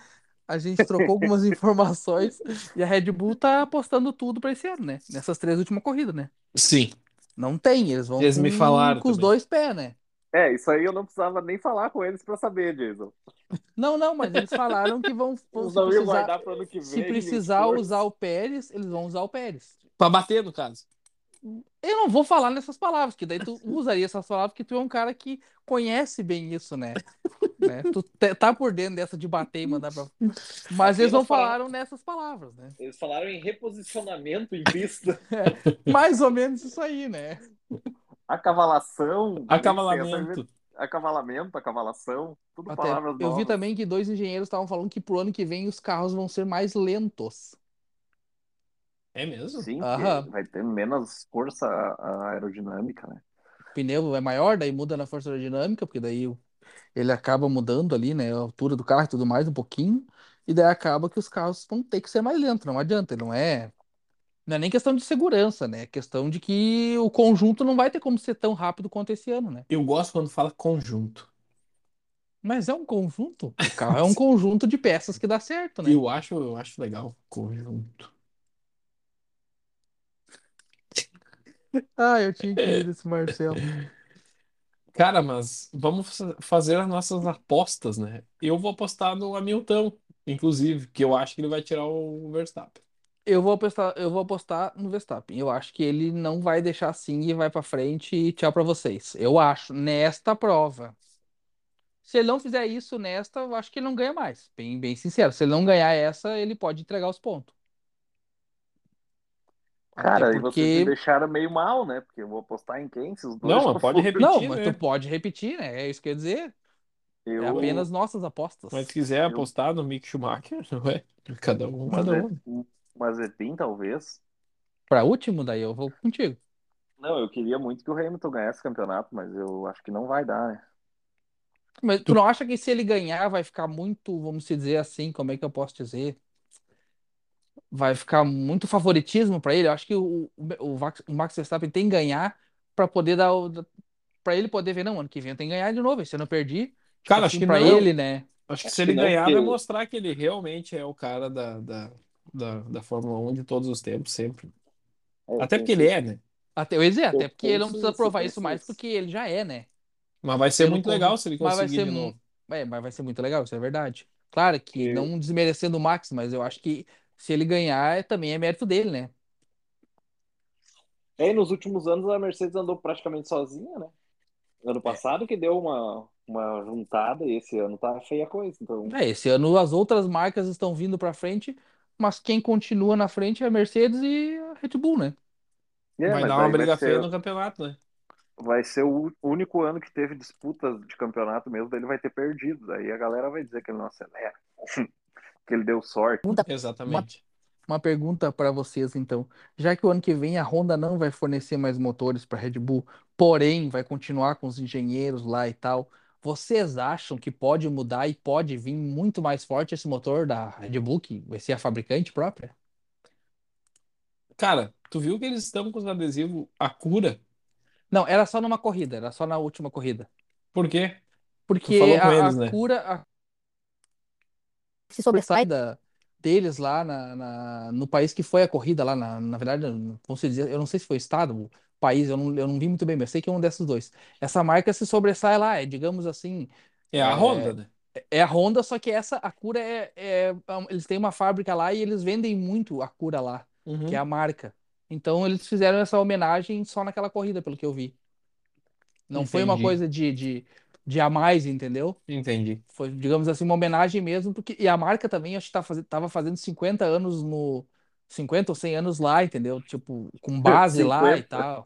Speaker 1: A gente trocou algumas informações e a Red Bull tá apostando tudo pra esse ano, né? Nessas três últimas corridas, né?
Speaker 3: Sim.
Speaker 1: Não tem, eles vão
Speaker 3: Eles
Speaker 1: com,
Speaker 3: me falaram
Speaker 1: com os
Speaker 3: também.
Speaker 1: dois pés, né?
Speaker 2: É, isso aí eu não precisava nem falar com eles pra saber, Jason.
Speaker 1: Não, não, mas eles falaram que vão, vão
Speaker 2: Eles
Speaker 1: se
Speaker 2: não iam
Speaker 1: precisar,
Speaker 2: guardar pro ano que vem.
Speaker 1: se precisar
Speaker 2: os
Speaker 1: usar o Pérez, eles vão usar o Pérez.
Speaker 3: Pra bater, no caso.
Speaker 1: Eu não vou falar nessas palavras, que daí tu usaria essas palavras, porque tu é um cara que conhece bem isso, né? Né? Tu te- tá por dentro dessa de bater e mandar pra. Mas eles não falaram nessas palavras, né?
Speaker 2: Eles falaram em reposicionamento em pista.
Speaker 1: Mais ou menos isso aí, né?
Speaker 2: Acavalação. é
Speaker 3: Acavalamento.
Speaker 2: Acavalamento, acavalação. Tudo
Speaker 1: Até-
Speaker 2: palavras
Speaker 1: eu vi
Speaker 2: novas.
Speaker 1: também que dois engenheiros estavam falando que pro ano que vem os carros vão ser mais lentos.
Speaker 3: É mesmo?
Speaker 2: Sim,
Speaker 1: Aham.
Speaker 2: porque vai ter menos força a- a aerodinâmica, né?
Speaker 1: O pneu é maior, daí muda na força aerodinâmica, porque daí o- ele acaba mudando ali, né? A altura do carro e tudo mais um pouquinho. E daí acaba que os carros vão ter que ser mais lentos, não adianta, não é. Não é nem questão de segurança, né? É questão de que o conjunto não vai ter como ser tão rápido quanto esse ano, né?
Speaker 3: Eu gosto quando fala conjunto.
Speaker 1: Mas é um conjunto. O carro é um conjunto de peças que dá certo, né?
Speaker 3: Eu acho, eu acho legal. Conjunto.
Speaker 1: Ah, eu tinha que ir esse Marcelo.
Speaker 3: Cara, mas vamos fa- fazer as nossas apostas, né? Eu vou apostar no Hamilton, inclusive, que eu acho que ele vai tirar o Verstappen.
Speaker 1: Eu vou apostar, eu vou apostar no Verstappen. Eu acho que ele não vai deixar assim e vai pra frente e tchau pra vocês. Eu acho, nesta prova. Se ele não fizer isso nesta, eu acho que ele não ganha mais. Bem, bem sincero. Se ele não ganhar essa, ele pode entregar os pontos.
Speaker 2: Cara,
Speaker 1: Até
Speaker 2: e
Speaker 1: porque...
Speaker 2: vocês me deixaram meio mal, né? Porque eu vou apostar em quem? Se os dois
Speaker 3: Não,
Speaker 2: não
Speaker 3: mas pode
Speaker 2: forem.
Speaker 3: repetir,
Speaker 1: Não,
Speaker 3: né?
Speaker 1: mas tu pode repetir, né? É isso que eu ia dizer.
Speaker 2: Eu...
Speaker 1: É apenas nossas apostas.
Speaker 3: Mas se quiser apostar no Mick Schumacher, não é? Cada um,
Speaker 2: Mas
Speaker 3: cada um.
Speaker 2: é- Mazepin, talvez.
Speaker 1: Para último, daí eu vou contigo.
Speaker 2: Não, eu queria muito que o Hamilton ganhasse o campeonato, mas eu acho que não vai dar, né?
Speaker 1: Mas tu não acha que se ele ganhar vai ficar muito, vamos dizer assim, como é que eu posso dizer? Vai ficar muito favoritismo para ele. Eu acho que o, o, o Vax- o Max Verstappen tem que ganhar para poder dar para ele poder ver, não, ano que vem eu tenho que ganhar de novo, esse ano eu perdi. Tipo
Speaker 3: Cara, acho
Speaker 1: assim,
Speaker 3: que
Speaker 1: para
Speaker 3: não.
Speaker 1: ele, né?
Speaker 3: Acho que
Speaker 2: Acho
Speaker 3: se
Speaker 2: que
Speaker 3: ele
Speaker 2: não,
Speaker 3: ganhar,
Speaker 2: porque
Speaker 3: vai
Speaker 2: o-
Speaker 3: mostrar que ele realmente é o cara da, da, da, da Fórmula 1 de todos os tempos, sempre. Até porque ele é, né?
Speaker 1: Até eu ia dizer, até
Speaker 2: Eu
Speaker 1: porque ele não
Speaker 2: penso
Speaker 1: precisa
Speaker 2: isso,
Speaker 1: provar
Speaker 2: eu
Speaker 1: isso
Speaker 2: penso
Speaker 1: mais
Speaker 2: isso.
Speaker 1: porque ele já é, né?
Speaker 3: Mas vai ser
Speaker 1: Pelo
Speaker 3: muito
Speaker 1: con-
Speaker 3: legal se ele
Speaker 1: Mas vai
Speaker 3: conseguir
Speaker 1: ser
Speaker 3: de
Speaker 1: mu-
Speaker 3: novo.
Speaker 1: É, mas vai ser muito legal, isso é verdade. Claro que
Speaker 2: Eu-
Speaker 1: não desmerecendo o Max, mas eu acho que se ele ganhar, também é mérito dele, né?
Speaker 2: É, e nos últimos anos a Mercedes andou praticamente sozinha, né? Ano passado que deu uma, uma juntada e esse ano tá feia a coisa. Então,
Speaker 1: É, esse ano as outras marcas estão vindo pra frente, mas quem continua na frente é a Mercedes e a Red Bull, né?
Speaker 2: é,
Speaker 3: vai
Speaker 2: mas
Speaker 3: dar uma
Speaker 2: aí
Speaker 3: briga
Speaker 2: vai
Speaker 3: feia
Speaker 2: ser,
Speaker 3: no campeonato, né?
Speaker 2: vai ser o único ano que teve disputas de campeonato mesmo, daí ele vai ter perdido. Daí a galera vai dizer que ele não acelera, que ele deu sorte.
Speaker 3: Exatamente.
Speaker 1: Uma pergunta pra vocês então, já que o ano que vem a Honda não vai fornecer mais motores pra Red Bull, porém vai continuar com os engenheiros lá e tal, vocês acham que pode mudar e pode vir muito mais forte esse motor da Red Bull, que vai ser a fabricante própria?
Speaker 3: Cara, tu viu que eles estão com os adesivos Acura?
Speaker 1: Não, era só numa corrida, era só na última corrida.
Speaker 3: Por quê?
Speaker 1: Porque
Speaker 3: falou com
Speaker 1: a, a
Speaker 3: eles, né?
Speaker 1: cura, a
Speaker 4: se sobressai
Speaker 1: saída deles lá na, na- no país que foi a corrida lá, na, na verdade, vamos dizer, eu não sei se foi estado, país, eu não, eu não vi muito bem, mas eu sei que é um desses dois. Essa marca se sobressai lá, é, digamos assim,
Speaker 3: É a
Speaker 1: É.
Speaker 3: Honda, né?
Speaker 1: é a Honda, só que essa, a cura é, é- eles têm uma fábrica lá e eles vendem muito a cura lá,
Speaker 3: Uhum.
Speaker 1: que é a marca. Então eles fizeram essa homenagem só naquela corrida, pelo que eu vi. Não foi uma
Speaker 3: Entendi.
Speaker 1: coisa de, de, de a mais, entendeu?
Speaker 3: Entendi.
Speaker 1: foi, digamos assim, uma homenagem mesmo, porque e a marca também acho que tá fazendo, tava fazendo 50 anos no 50 ou 100 anos lá, entendeu? Tipo, com base lá e
Speaker 2: 50.
Speaker 1: tal.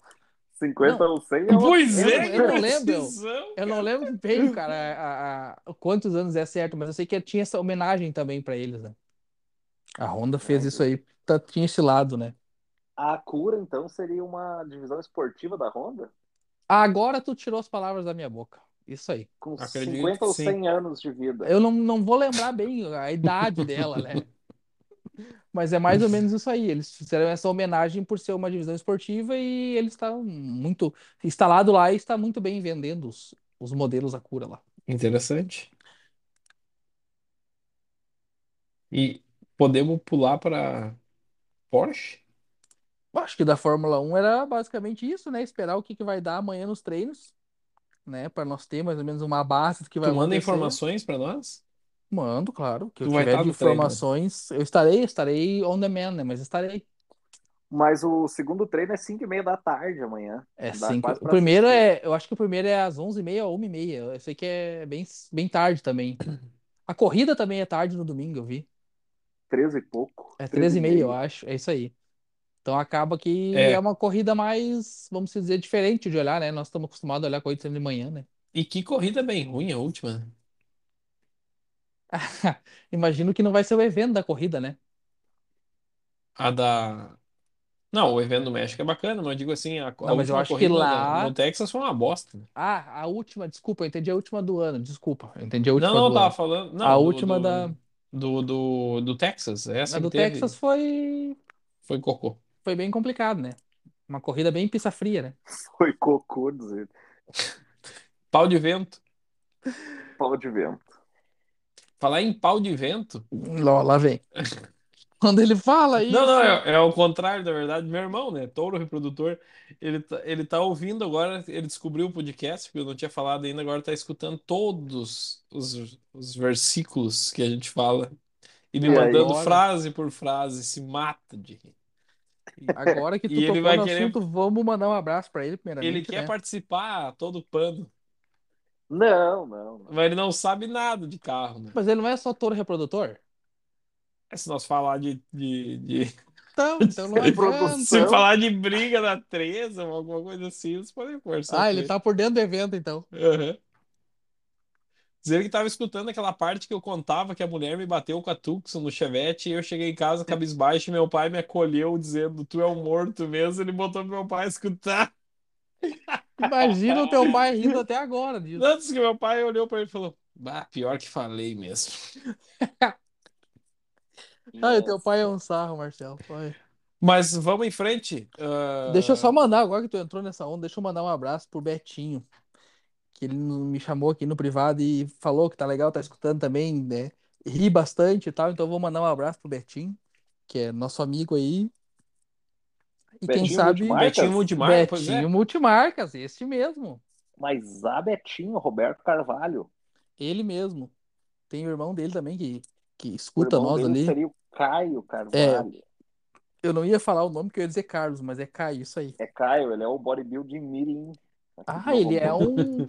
Speaker 2: 50
Speaker 1: Não.
Speaker 2: ou 100 é uma-
Speaker 3: Pois
Speaker 1: eu
Speaker 3: é,
Speaker 1: não- eu não
Speaker 3: que
Speaker 1: lembro.
Speaker 3: precisão.
Speaker 1: Eu não lembro bem, cara, a- a- quantos anos é certo, mas eu sei que tinha essa homenagem também pra eles, né? A Honda fez isso aí, tá- tinha esse lado, né?
Speaker 2: A Acura, então, seria uma divisão esportiva da Honda?
Speaker 1: Agora tu tirou as palavras da minha boca. Isso aí.
Speaker 2: Com
Speaker 3: Acredito
Speaker 2: 50 ou
Speaker 3: que sim.
Speaker 2: 100 anos de vida.
Speaker 1: Eu não, não vou lembrar bem a idade dela, né? Mas é mais ou menos isso aí. Eles fizeram essa homenagem por ser uma divisão esportiva e ele está muito instalado lá e está muito bem vendendo os, os modelos da cura lá.
Speaker 3: Interessante. E podemos pular para Porsche?
Speaker 1: Eu Acho que da Fórmula 1 era basicamente isso, né? Esperar o que, que vai dar amanhã nos treinos, né? Para nós ter mais ou menos uma base do que vai
Speaker 3: Tu manda
Speaker 1: acontecer.
Speaker 3: informações para nós?
Speaker 1: Mando, claro. O que eu
Speaker 3: Tu vai
Speaker 1: tiver
Speaker 3: estar
Speaker 1: de
Speaker 3: no treino, né?
Speaker 1: informações, eu estarei, estarei on demand, né? Mas estarei.
Speaker 2: Mas o segundo treino é 5 e meia da tarde amanhã.
Speaker 1: É
Speaker 2: Dá
Speaker 1: cinco.
Speaker 2: quase
Speaker 1: O
Speaker 2: pra
Speaker 1: primeiro
Speaker 2: assistir.
Speaker 1: é, eu acho que o primeiro é às 11h30 ou 1h30. Eu sei que é bem, bem tarde também. A corrida também é tarde no domingo, eu vi.
Speaker 2: 13 e pouco.
Speaker 1: É
Speaker 2: 13 e
Speaker 1: 13h30, eu
Speaker 2: meia.
Speaker 1: acho. É isso aí. Então acaba que
Speaker 3: É.
Speaker 1: é uma corrida mais, vamos dizer, diferente de olhar, né? Nós estamos acostumados a olhar corrida sempre de manhã, né?
Speaker 3: E que corrida bem ruim a última. né?
Speaker 1: Imagino que não vai ser o evento da corrida, né?
Speaker 3: A da. Não, o evento do México é bacana, mas eu digo assim, a, a
Speaker 1: Não, mas eu
Speaker 3: última
Speaker 1: acho que
Speaker 3: corrida da-
Speaker 1: lá-
Speaker 3: no Texas foi uma bosta. né?
Speaker 1: Ah, a última, desculpa, eu entendi a última do ano, desculpa. Eu entendi a
Speaker 3: Não,
Speaker 1: última
Speaker 3: não, eu
Speaker 1: do
Speaker 3: tava
Speaker 1: ano.
Speaker 3: falando. Não,
Speaker 1: A
Speaker 3: do,
Speaker 1: última
Speaker 3: do,
Speaker 1: da,
Speaker 3: do, do, do Texas. Essa
Speaker 1: a
Speaker 3: que
Speaker 1: Ah, do
Speaker 3: teve
Speaker 1: Texas foi,
Speaker 3: foi cocô.
Speaker 1: foi bem complicado, né? Uma corrida bem pista fria, né?
Speaker 2: Foi cocô, dizer.
Speaker 3: Pau de vento.
Speaker 2: Pau de vento.
Speaker 3: Falar em pau de vento.
Speaker 1: Lá, lá vem. Quando ele fala isso.
Speaker 3: Não, não, é, é o contrário, na verdade. Meu irmão, né? Touro reprodutor, ele tá, ele tá ouvindo agora, ele descobriu o podcast, porque eu não tinha falado ainda, agora tá escutando todos os, os versículos que a gente fala e
Speaker 1: É,
Speaker 3: me
Speaker 2: E aí?
Speaker 3: mandando
Speaker 1: Agora?
Speaker 3: frase por frase, se mata de rir.
Speaker 1: Agora que tu
Speaker 3: E ele
Speaker 1: tocou
Speaker 3: vai
Speaker 1: no
Speaker 3: querer-
Speaker 1: assunto, vamos mandar um abraço pra ele, primeiramente,
Speaker 3: Ele quer
Speaker 1: né?
Speaker 3: participar a todo pano.
Speaker 2: Não, não. não.
Speaker 3: Mas ele não sabe nada de carro, né?
Speaker 1: Mas ele não é só touro reprodutor?
Speaker 3: Se nós falar de, de, de-
Speaker 1: Então, então
Speaker 3: é
Speaker 1: não
Speaker 2: Reprodução.
Speaker 1: adianta.
Speaker 3: Se falar de briga na 13 ou alguma coisa assim, eles podem conversar.
Speaker 1: Ah,
Speaker 3: com
Speaker 1: ele tá por dentro do evento, então.
Speaker 3: Aham. Dizer que tava escutando aquela parte que eu contava que a mulher me bateu com a Tucson no Chevette e eu cheguei em casa cabisbaixo e meu pai me acolheu dizendo tu é um morto mesmo. Ele botou pro meu pai escutar.
Speaker 1: Imagina o teu pai rindo até agora disso.
Speaker 3: Antes que meu pai olhou pra ele e falou bah, pior que falei mesmo.
Speaker 2: Ah,
Speaker 1: Ai, o teu pai é um sarro, Marcelo. Ai.
Speaker 3: Mas vamos em frente. Ah,
Speaker 1: Deixa eu só mandar, agora que tu entrou nessa onda, deixa eu mandar um abraço pro Betinho, que ele no- me chamou aqui no privado e falou que tá legal, tá escutando também, né? Ri bastante e tal, então eu vou mandar um abraço pro Betinho, que é nosso amigo aí. E quem
Speaker 2: Betinho
Speaker 1: sabe,
Speaker 2: Multimarcas? né?
Speaker 3: Betinho Multimar, pois é.
Speaker 1: Betinho Multimarcas, este mesmo,
Speaker 2: Mas a Betinho, Roberto Carvalho.
Speaker 1: ele mesmo. Tem o irmão dele também que, que
Speaker 2: O
Speaker 1: escuta
Speaker 2: irmão
Speaker 1: nós
Speaker 2: dele
Speaker 1: ali. É.
Speaker 2: seria o Caio Carvalho.
Speaker 1: Eu não ia falar o nome que eu ia dizer Carlos, mas é Caio, isso aí.
Speaker 2: É. Caio, ele é o bodybuilding mirim. Aqui de
Speaker 1: Ah,
Speaker 2: Novo
Speaker 1: ele é
Speaker 2: Hamburgo.
Speaker 1: um.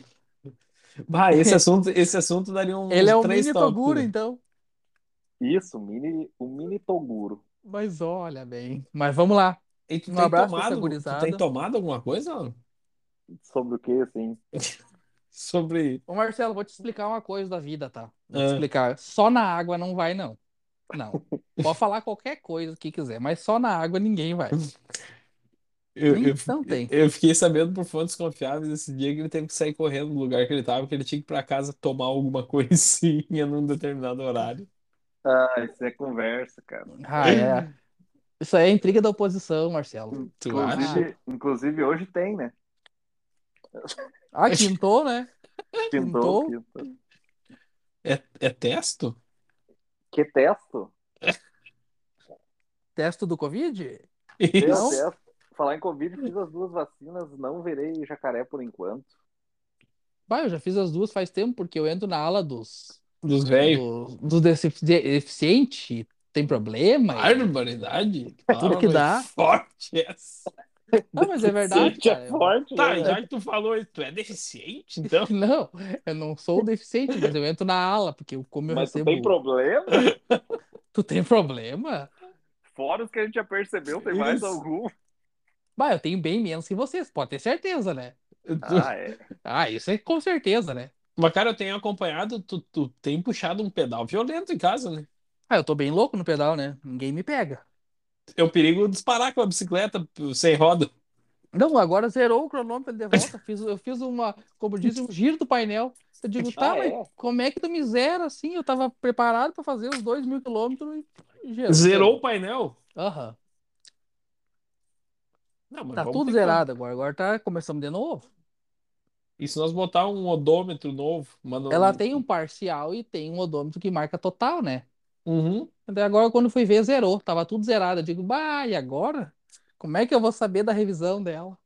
Speaker 3: Bah, esse assunto, esse assunto daria um
Speaker 1: Ele é um
Speaker 3: três
Speaker 1: mini
Speaker 3: tópicos.
Speaker 1: Toguro, então. um-
Speaker 2: Isso, o mini, o mini Toguro.
Speaker 1: Mas olha bem. Mas vamos lá.
Speaker 3: E tu
Speaker 1: Um
Speaker 3: tem
Speaker 1: abraço pra essa
Speaker 3: tomado, tu
Speaker 1: gurizada.
Speaker 3: tem tomado alguma coisa? Alan?
Speaker 2: Sobre o que, assim?
Speaker 3: Sobre.
Speaker 1: Ô Marcelo, vou te explicar uma coisa da vida, tá? Vou te
Speaker 3: Ah.
Speaker 1: explicar. Só na água não vai, não. Não. Pode falar qualquer coisa que quiser, mas só na água ninguém vai.
Speaker 3: Eu,
Speaker 1: Nem-
Speaker 3: eu-
Speaker 1: não tem.
Speaker 3: eu fiquei sabendo por fontes confiáveis esse dia que ele teve que sair correndo do lugar que ele tava, que ele tinha que ir pra casa tomar alguma coisinha num determinado horário.
Speaker 2: Ah, isso é conversa, cara.
Speaker 1: Ah, é. Isso aí é intriga da oposição, Marcelo.
Speaker 3: Tu acha?
Speaker 2: Inclusive, inclusive hoje tem, né?
Speaker 1: Ah, quintou, né?
Speaker 2: Pintou.
Speaker 1: Pintou?
Speaker 2: pintou.
Speaker 3: É, é testo?
Speaker 2: Que testo?
Speaker 1: Testo do Covid?
Speaker 2: Meu
Speaker 1: Não.
Speaker 2: Deus. Falar em Covid, fiz as duas vacinas, não verei jacaré por enquanto.
Speaker 1: Bah, eu já fiz as duas faz tempo, porque eu entro na ala dos.
Speaker 3: Dos velhos?
Speaker 1: Dos, dos defici- deficiente. Tem problema?
Speaker 3: Barbaridade?
Speaker 1: É Tudo que dá.
Speaker 3: Forte essa.
Speaker 1: Ah, mas é verdade,
Speaker 2: Gente,
Speaker 1: cara.
Speaker 2: é
Speaker 1: Eu-
Speaker 2: forte,
Speaker 3: Tá,
Speaker 2: né?
Speaker 3: já que tu falou isso, tu é deficiente, então?
Speaker 1: Não, eu não sou deficiente, mas eu entro na ala, porque eu- como eu
Speaker 2: Mas tu
Speaker 1: recebo.
Speaker 2: tem problema?
Speaker 1: Tu tem problema?
Speaker 2: Fora os que a gente já percebeu, tem mais
Speaker 3: Isso.
Speaker 2: algum.
Speaker 1: Bah, eu tenho bem menos que vocês, pode ter certeza, né?
Speaker 3: Eu tô-
Speaker 2: Ah, é.
Speaker 1: Ah, isso é com certeza, né?
Speaker 3: Mas, cara, eu tenho acompanhado, tu, tu tem puxado um pedal violento em casa, né?
Speaker 1: Ah, eu tô bem louco no pedal, né? Ninguém me pega.
Speaker 3: É o perigo de disparar com a bicicleta sem roda.
Speaker 1: Não, agora zerou o cronômetro de volta. Fiz, eu fiz uma, como diz, um giro do painel. Eu digo, tá,
Speaker 2: Ah,
Speaker 1: mas
Speaker 2: é?
Speaker 1: como é que tu me zera assim? Eu tava preparado pra fazer os dois mil quilômetros e gerou.
Speaker 3: Zerou o painel?
Speaker 1: Aham.
Speaker 3: Não, mas
Speaker 1: Tá
Speaker 3: vamos
Speaker 1: tudo
Speaker 3: ter que-
Speaker 1: zerado agora. Agora tá começando de novo.
Speaker 3: E se nós botar um odômetro novo, mano.
Speaker 1: Ela tem um parcial e tem um odômetro que marca total, né?
Speaker 3: Uhum.
Speaker 1: Até agora, quando fui ver, zerou. Tava tudo zerado. Eu digo, bah, e agora? Como é que eu vou saber da revisão dela?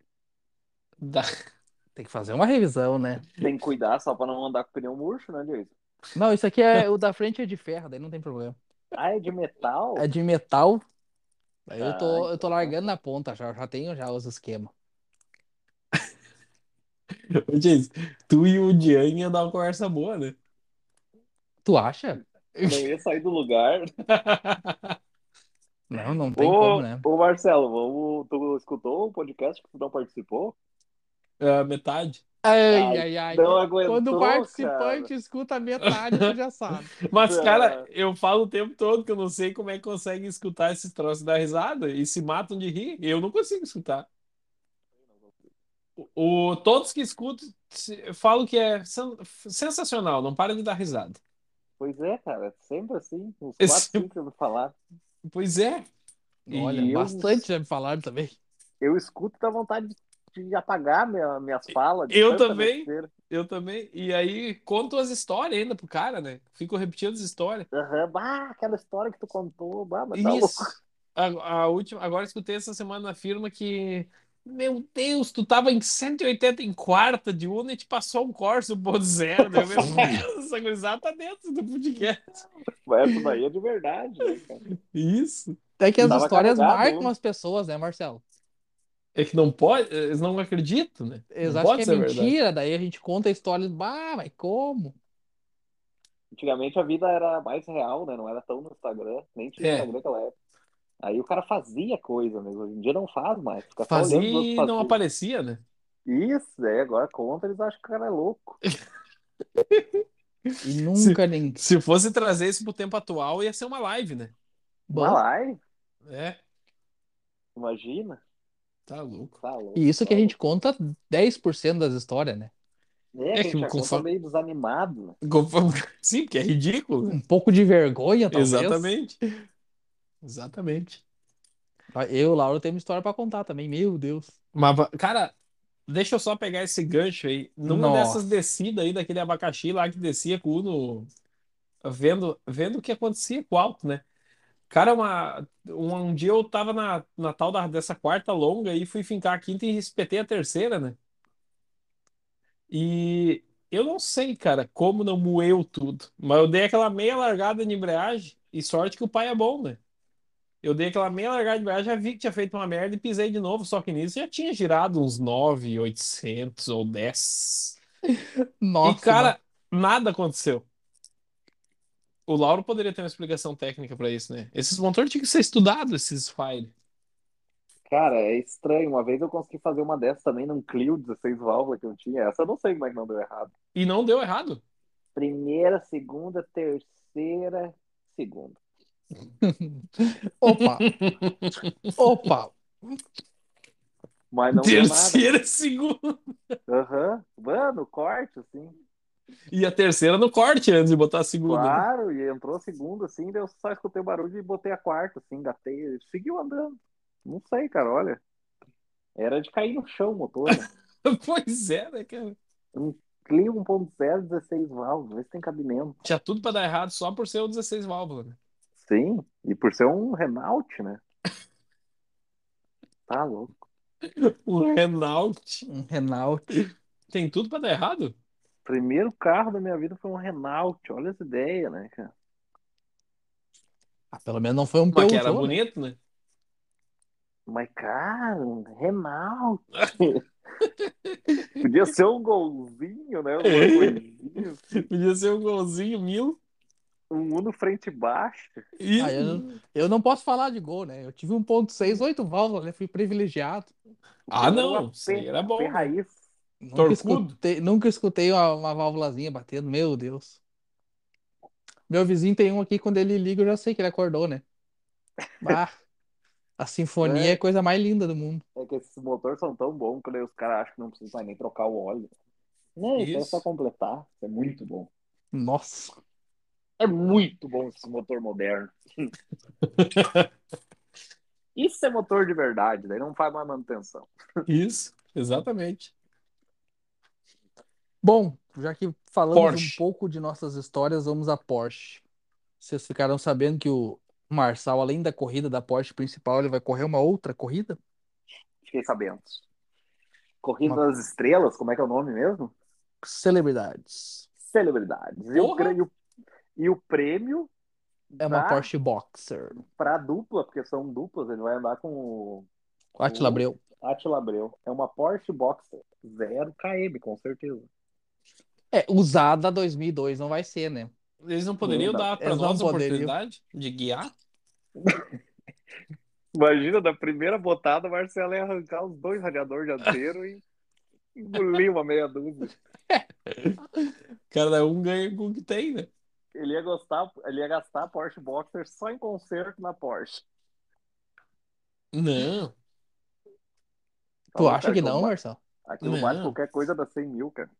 Speaker 3: Da-
Speaker 1: Tem que fazer uma revisão, né?
Speaker 2: Tem que cuidar só pra não andar com pneu murcho, né, Luiz?
Speaker 1: Não, isso aqui é o da frente é de ferro, daí não tem problema.
Speaker 2: Ah, é de metal?
Speaker 1: É de metal. Daí
Speaker 2: Ah,
Speaker 1: eu tô, eu tô
Speaker 2: então.
Speaker 1: largando na ponta já. Já tenho já os esquemas.
Speaker 3: Ô, Jason, tu e o Dian iam dar uma conversa boa, né?
Speaker 1: Tu acha?
Speaker 2: Não ia sair do lugar.
Speaker 1: Não, não tem
Speaker 2: Ô,
Speaker 1: como, né?
Speaker 2: ô, Marcelo, vamos- tu escutou o podcast que tu não participou?
Speaker 3: Ah, metade.
Speaker 1: Ai, ai, ai.
Speaker 2: Não aguentou,
Speaker 1: Quando o
Speaker 2: cara.
Speaker 1: participante escuta metade, tu já sabe.
Speaker 3: Mas,
Speaker 2: Ah.
Speaker 3: cara, eu falo o tempo todo que eu não sei como é que consegue escutar esse troço da risada e se matam de rir. Eu não consigo escutar. O, o- todos que escutam se- falam que é sen- sensacional, não para de dar risada.
Speaker 2: Pois é, cara, sempre assim, uns
Speaker 3: Esse-
Speaker 2: quatro, cinco que eu me falar.
Speaker 3: Pois é.
Speaker 1: Olha,
Speaker 3: E eu-
Speaker 1: bastante já me falaram também.
Speaker 2: Eu escuto da vontade de, de apagar minha- minhas falas. de
Speaker 3: Eu
Speaker 2: tanta
Speaker 3: também.
Speaker 2: besteira.
Speaker 3: Eu também. E aí conto as histórias ainda pro cara, né? Fico repetindo as histórias.
Speaker 2: Aham, bah, aquela história que tu contou, bah, mas tá
Speaker 3: Isso.
Speaker 2: louco.
Speaker 3: A, a última, agora escutei essa semana na firma que. Meu Deus, tu tava em 180 em quarta de Uno e te passou um Corsa 1.0. Daí né? eu, Meu Deus, essa gurizada tá dentro do podcast.
Speaker 2: Mas essa daí é de verdade, né, cara?
Speaker 3: Isso.
Speaker 1: É que as
Speaker 2: Tava
Speaker 1: histórias
Speaker 2: carregado,
Speaker 1: marcam
Speaker 2: hein?
Speaker 1: as pessoas, né, Marcelo?
Speaker 3: É que não pode, eles não acreditam, né?
Speaker 1: Eles
Speaker 3: não
Speaker 1: acham que
Speaker 3: pode
Speaker 1: é
Speaker 3: ser verdade.
Speaker 1: mentira, daí a gente conta a história, bah, mas como?
Speaker 2: Antigamente a vida era mais real, né? Não era tão no Instagram, nem tinha
Speaker 3: É.
Speaker 2: Instagram naquela época. Aí o cara fazia coisa mesmo. Hoje em dia não faz mais. Fica só
Speaker 3: Fazia
Speaker 2: olhando os outros
Speaker 3: e
Speaker 2: fazer.
Speaker 3: não aparecia, né?
Speaker 2: Isso, daí agora conta, eles acham que o cara é louco.
Speaker 1: E nunca nem.
Speaker 3: Se fosse trazer isso pro tempo atual, ia ser uma live, né?
Speaker 2: Uma
Speaker 1: Bom,
Speaker 2: live,
Speaker 3: É,
Speaker 2: imagina.
Speaker 3: tá louco.
Speaker 2: Tá louco.
Speaker 1: E isso que a
Speaker 2: tá
Speaker 1: gente conta 10% das histórias, né?
Speaker 2: louco. É, que
Speaker 3: É
Speaker 2: a gente
Speaker 3: que
Speaker 2: já conta
Speaker 3: conforme-
Speaker 2: meio desanimado, né?
Speaker 3: Sim, porque é ridículo, né?
Speaker 1: Um pouco de vergonha, talvez.
Speaker 3: Exatamente. Exatamente.
Speaker 1: Eu, Laura, tenho uma história pra contar também, meu Deus.
Speaker 3: Mas, va- cara, deixa eu só pegar esse gancho aí. Numa
Speaker 1: Nossa.
Speaker 3: dessas descidas aí daquele abacaxi lá que descia com o Uno, vendo, vendo o que acontecia com o alto, né? Cara, uma, um, um dia eu tava na, na tal da, dessa quarta longa e fui fincar a quinta e espetei a terceira, né? E eu não sei, cara, como não moeu tudo. Mas eu dei aquela meia largada de embreagem e sorte que o pai é bom, né? Eu dei aquela meia largada de embreagem, já vi que tinha feito uma merda e pisei de novo. Só que nisso já tinha girado uns 9,800 ou 10.
Speaker 1: Nossa,
Speaker 3: e, cara, nada aconteceu. O Lauro poderia ter uma explicação técnica pra isso, né? Esses motores tinham que ser estudados, esses fire.
Speaker 2: Cara, é estranho. Uma vez eu consegui fazer uma dessas também num Clio 16 válvulas que eu tinha. Essa eu não sei como é que não deu errado.
Speaker 3: E não deu errado.
Speaker 2: Primeira, segunda, terceira, segunda.
Speaker 1: mano. Opa! Opa!
Speaker 2: Mas não deu nada.
Speaker 3: terceira, segunda.
Speaker 2: Aham. Mano, corte, assim.
Speaker 3: E a terceira no corte antes de botar a segunda. né?
Speaker 2: Claro, e entrou a segunda, assim, daí eu só escutei o barulho e botei a quarta, assim, engatei, e seguiu andando. Não sei, cara, olha. Era de cair no chão o motor, né? um
Speaker 3: Pois é, né, cara?
Speaker 2: Clio 1.0, 16 válvulas, vê se tem cabimento.
Speaker 3: Tinha tudo pra dar errado só por ser o 16 válvula, né?
Speaker 2: Sim, e por ser um Renault, né? Tá louco.
Speaker 3: O Renault.
Speaker 1: Um Renault.
Speaker 3: Tem tudo pra dar errado?
Speaker 2: Primeiro carro da minha vida foi um Renault, olha essa ideia, né, cara?
Speaker 1: Ah, pelo menos não foi um
Speaker 3: Mas que era
Speaker 1: Peugeot, né?
Speaker 3: bonito, né?
Speaker 2: Mas, cara, um Renault. Podia ser um golzinho, né? Uma coisinha,
Speaker 3: Podia ser um golzinho mil.
Speaker 2: um Uno frente e baixo.
Speaker 3: E...
Speaker 1: Ah, eu, eu não posso falar de gol, né? Eu tive um 1.6, 8 válvulas, né? Fui privilegiado.
Speaker 3: Ah,
Speaker 2: Era
Speaker 3: não.
Speaker 2: uma
Speaker 3: Isso aí
Speaker 2: P-
Speaker 3: era bom.
Speaker 2: P raiz.
Speaker 1: Nunca
Speaker 3: Torcudo.
Speaker 1: escutei, nunca escutei uma, uma válvulazinha batendo, meu Deus. Meu vizinho tem um aqui, quando ele liga, eu já sei que ele acordou, né? Bah, a sinfonia é a coisa mais linda do mundo.
Speaker 2: É que esses motores são tão bons que daí os caras acham que não precisa mais nem trocar o óleo. Não, isso aí é
Speaker 3: Isso.
Speaker 2: só completar. Isso é muito bom.
Speaker 1: Nossa.
Speaker 2: É muito bom esse motor moderno. Isso é motor de verdade, daí não faz mais manutenção.
Speaker 3: Isso, exatamente.
Speaker 1: Bom, já que falamos
Speaker 3: Porsche.
Speaker 1: um pouco de nossas histórias, vamos à Porsche. Vocês ficaram sabendo que o Marçal, além da corrida da Porsche principal, ele vai correr uma outra corrida?
Speaker 2: Fiquei sabendo. Corrida das Estrelas, como é que é o nome mesmo?
Speaker 1: Celebridades.
Speaker 2: Celebridades. E o,
Speaker 3: Porra!
Speaker 2: gran- e o- e o prêmio
Speaker 1: É uma
Speaker 2: pra,
Speaker 1: Porsche Boxer.
Speaker 2: pra dupla, porque são duplas, ele vai andar com o
Speaker 1: Atila Abreu.
Speaker 2: Atila Abreu. É uma Porsche Boxer 0KM, com certeza.
Speaker 1: É, usada 2002 não vai ser, né?
Speaker 3: Eles não poderiam
Speaker 2: Não dá.
Speaker 3: dar pra
Speaker 1: Eles não
Speaker 3: nós a
Speaker 1: poderiam.
Speaker 3: oportunidade de guiar?
Speaker 2: Imagina, da primeira botada, o Marcelo ia arrancar os dois radiadores dianteiros e engolir uma meia dúzia.
Speaker 3: Cada um ganha com o que tem, né?
Speaker 2: Ele ia, gostar, ele ia gastar a Porsche Boxer só em concerto na Porsche.
Speaker 3: Não.
Speaker 1: Tu acha Tá que não,
Speaker 2: Aquilo,
Speaker 1: Marçal?
Speaker 2: aquilo
Speaker 3: Não.
Speaker 2: vale qualquer coisa da 100 mil, cara.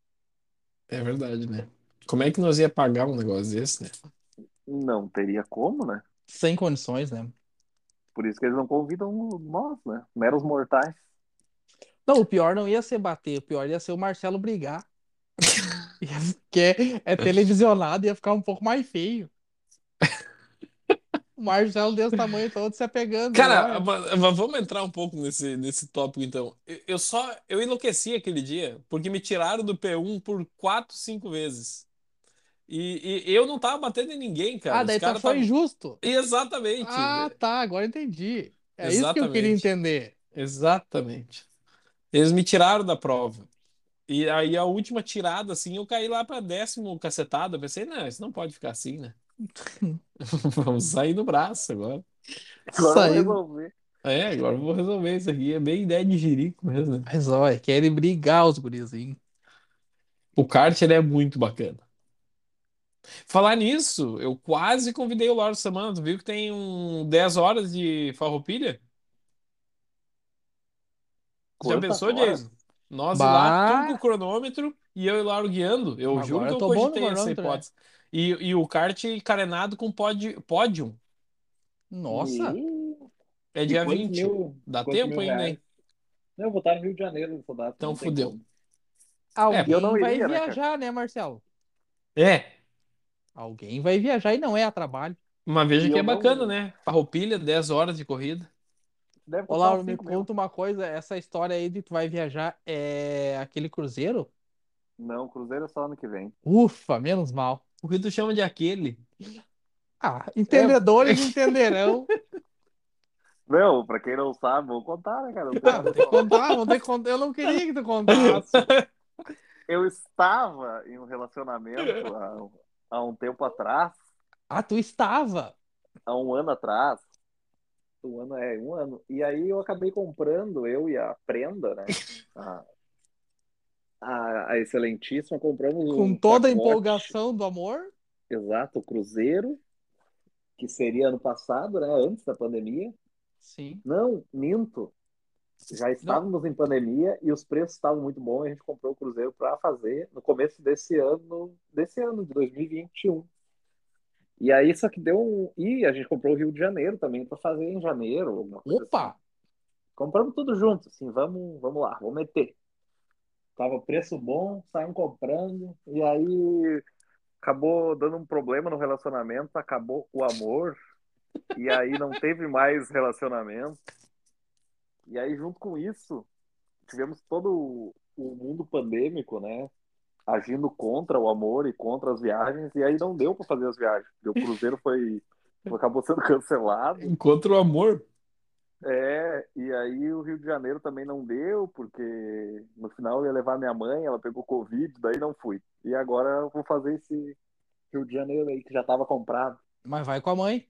Speaker 3: É verdade, né? Como é que nós ia pagar um negócio desse, né?
Speaker 2: Não teria como, né?
Speaker 1: Sem condições, né?
Speaker 2: Por isso que eles não convidam nós, né? Meros mortais.
Speaker 1: Não, o pior não ia ser bater, o pior ia ser o Marcelo brigar. Ia- Porque é, é televisionado, ia ficar um pouco mais feio. O Marcelo desse tamanho todo se apegando.
Speaker 3: Cara,
Speaker 1: né?
Speaker 3: mas- mas vamos entrar um pouco nesse, nesse tópico, então. Eu, eu só... Eu enlouqueci aquele dia, porque me tiraram do P1 por quatro, cinco vezes. E, e eu não tava batendo em ninguém, cara.
Speaker 1: ah,
Speaker 3: Os
Speaker 1: daí tu
Speaker 3: caras
Speaker 1: achou
Speaker 3: tavam-
Speaker 1: injusto.
Speaker 3: Exatamente.
Speaker 1: né? Ah, tá, agora entendi. É isso que eu queria
Speaker 3: Exatamente.
Speaker 1: entender.
Speaker 3: Exatamente. Eles me tiraram da prova. E aí a última tirada, assim, eu caí lá para décimo cacetada. Eu Pensei, não, isso não pode ficar assim, né? Vamos sair no braço agora.
Speaker 2: Agora eu vou
Speaker 1: Saiu.
Speaker 2: resolver.
Speaker 3: É, agora eu vou resolver isso aqui. É bem ideia de jirico mesmo, né?
Speaker 1: Mas olha, querem brigar os guris, hein?
Speaker 3: O kart, ele é muito bacana. Falar nisso, eu quase convidei o Lauro essa semana. Tu viu que tem um 10 horas de farroupilha? Já
Speaker 2: Quantas
Speaker 3: pensou,
Speaker 2: horas?
Speaker 3: Jason? Nós
Speaker 1: Bah.
Speaker 3: lá, tudo com o cronômetro e eu e o Lauro guiando. Eu
Speaker 1: Agora
Speaker 3: juro que
Speaker 1: eu
Speaker 3: eu
Speaker 1: tô bom no
Speaker 3: cogitei essa
Speaker 1: cronômetro, né?
Speaker 3: hipótese. E, e o kart carenado com pódio, pódium.
Speaker 1: Nossa,
Speaker 2: E-
Speaker 3: É
Speaker 2: e
Speaker 3: dia
Speaker 2: quantos
Speaker 3: 20.
Speaker 2: mil-
Speaker 3: Dá
Speaker 2: quantos
Speaker 3: tempo
Speaker 2: mil
Speaker 3: ainda,
Speaker 2: reais?
Speaker 3: hein?
Speaker 2: Não, eu vou estar no Rio de Janeiro nessa data.
Speaker 3: Então
Speaker 2: não tem
Speaker 3: fudeu.
Speaker 2: como.
Speaker 1: alguém
Speaker 2: eu não
Speaker 1: vai
Speaker 2: iria, né, cara?
Speaker 1: viajar, né, Marcelo?
Speaker 3: É,
Speaker 1: Alguém vai viajar e não é a trabalho.
Speaker 3: mas veja
Speaker 2: E
Speaker 3: que
Speaker 2: eu
Speaker 3: é
Speaker 2: não-
Speaker 3: bacana, né? Farroupilha, 10 horas de corrida.
Speaker 2: Deve
Speaker 1: Ô,
Speaker 2: custar
Speaker 1: Lauro,
Speaker 2: uns
Speaker 1: me
Speaker 2: cinco mil.
Speaker 1: conta uma coisa, essa história aí de tu vai viajar é aquele cruzeiro?
Speaker 2: Não, Cruzeiro é só ano que vem.
Speaker 1: Ufa, menos mal.
Speaker 3: O que tu chama de aquele?
Speaker 1: Ah, entendedores entenderão.
Speaker 2: Meu, pra quem não sabe, vou contar, né, cara? Eu,
Speaker 1: Ah, vou ter que contar, vou ter que contar. Eu não queria que tu contasse.
Speaker 2: eu estava em um relacionamento há, há um tempo atrás,
Speaker 1: Ah, tu estava.
Speaker 2: há um ano atrás. Um ano é, um ano. E aí eu acabei comprando, eu e a Prenda, né? A, a- a Excelentíssima, compramos
Speaker 1: Com
Speaker 2: um
Speaker 1: toda a
Speaker 2: pacote.
Speaker 1: empolgação do amor.
Speaker 2: Exato, o Cruzeiro, que seria ano passado, né? Antes da pandemia.
Speaker 1: Sim.
Speaker 2: Não, minto. Já estávamos em pandemia e os preços estavam muito bons. A gente comprou o Cruzeiro para fazer no começo desse ano, desse ano de 2021. E aí só que deu um. E a gente comprou o Rio de Janeiro também para fazer em janeiro. alguma coisa assim.
Speaker 1: Opa!
Speaker 2: Compramos tudo junto, assim, vamos, vamos lá, vamos meter. Tava preço bom, saímos comprando, e aí acabou dando um problema no relacionamento, acabou o amor, e aí não teve mais relacionamento. E aí, junto com isso, tivemos todo o- o mundo pandêmico, né? Agindo contra o amor e contra as viagens, e aí não deu para fazer as viagens. porque O cruzeiro foi acabou sendo cancelado.
Speaker 3: Encontra o amor.
Speaker 2: É, e aí o Rio de Janeiro também não deu, porque no final eu ia levar minha mãe, ela pegou Covid, daí não fui. E agora eu vou fazer esse Rio de Janeiro aí que já estava comprado.
Speaker 1: Mas vai com a mãe.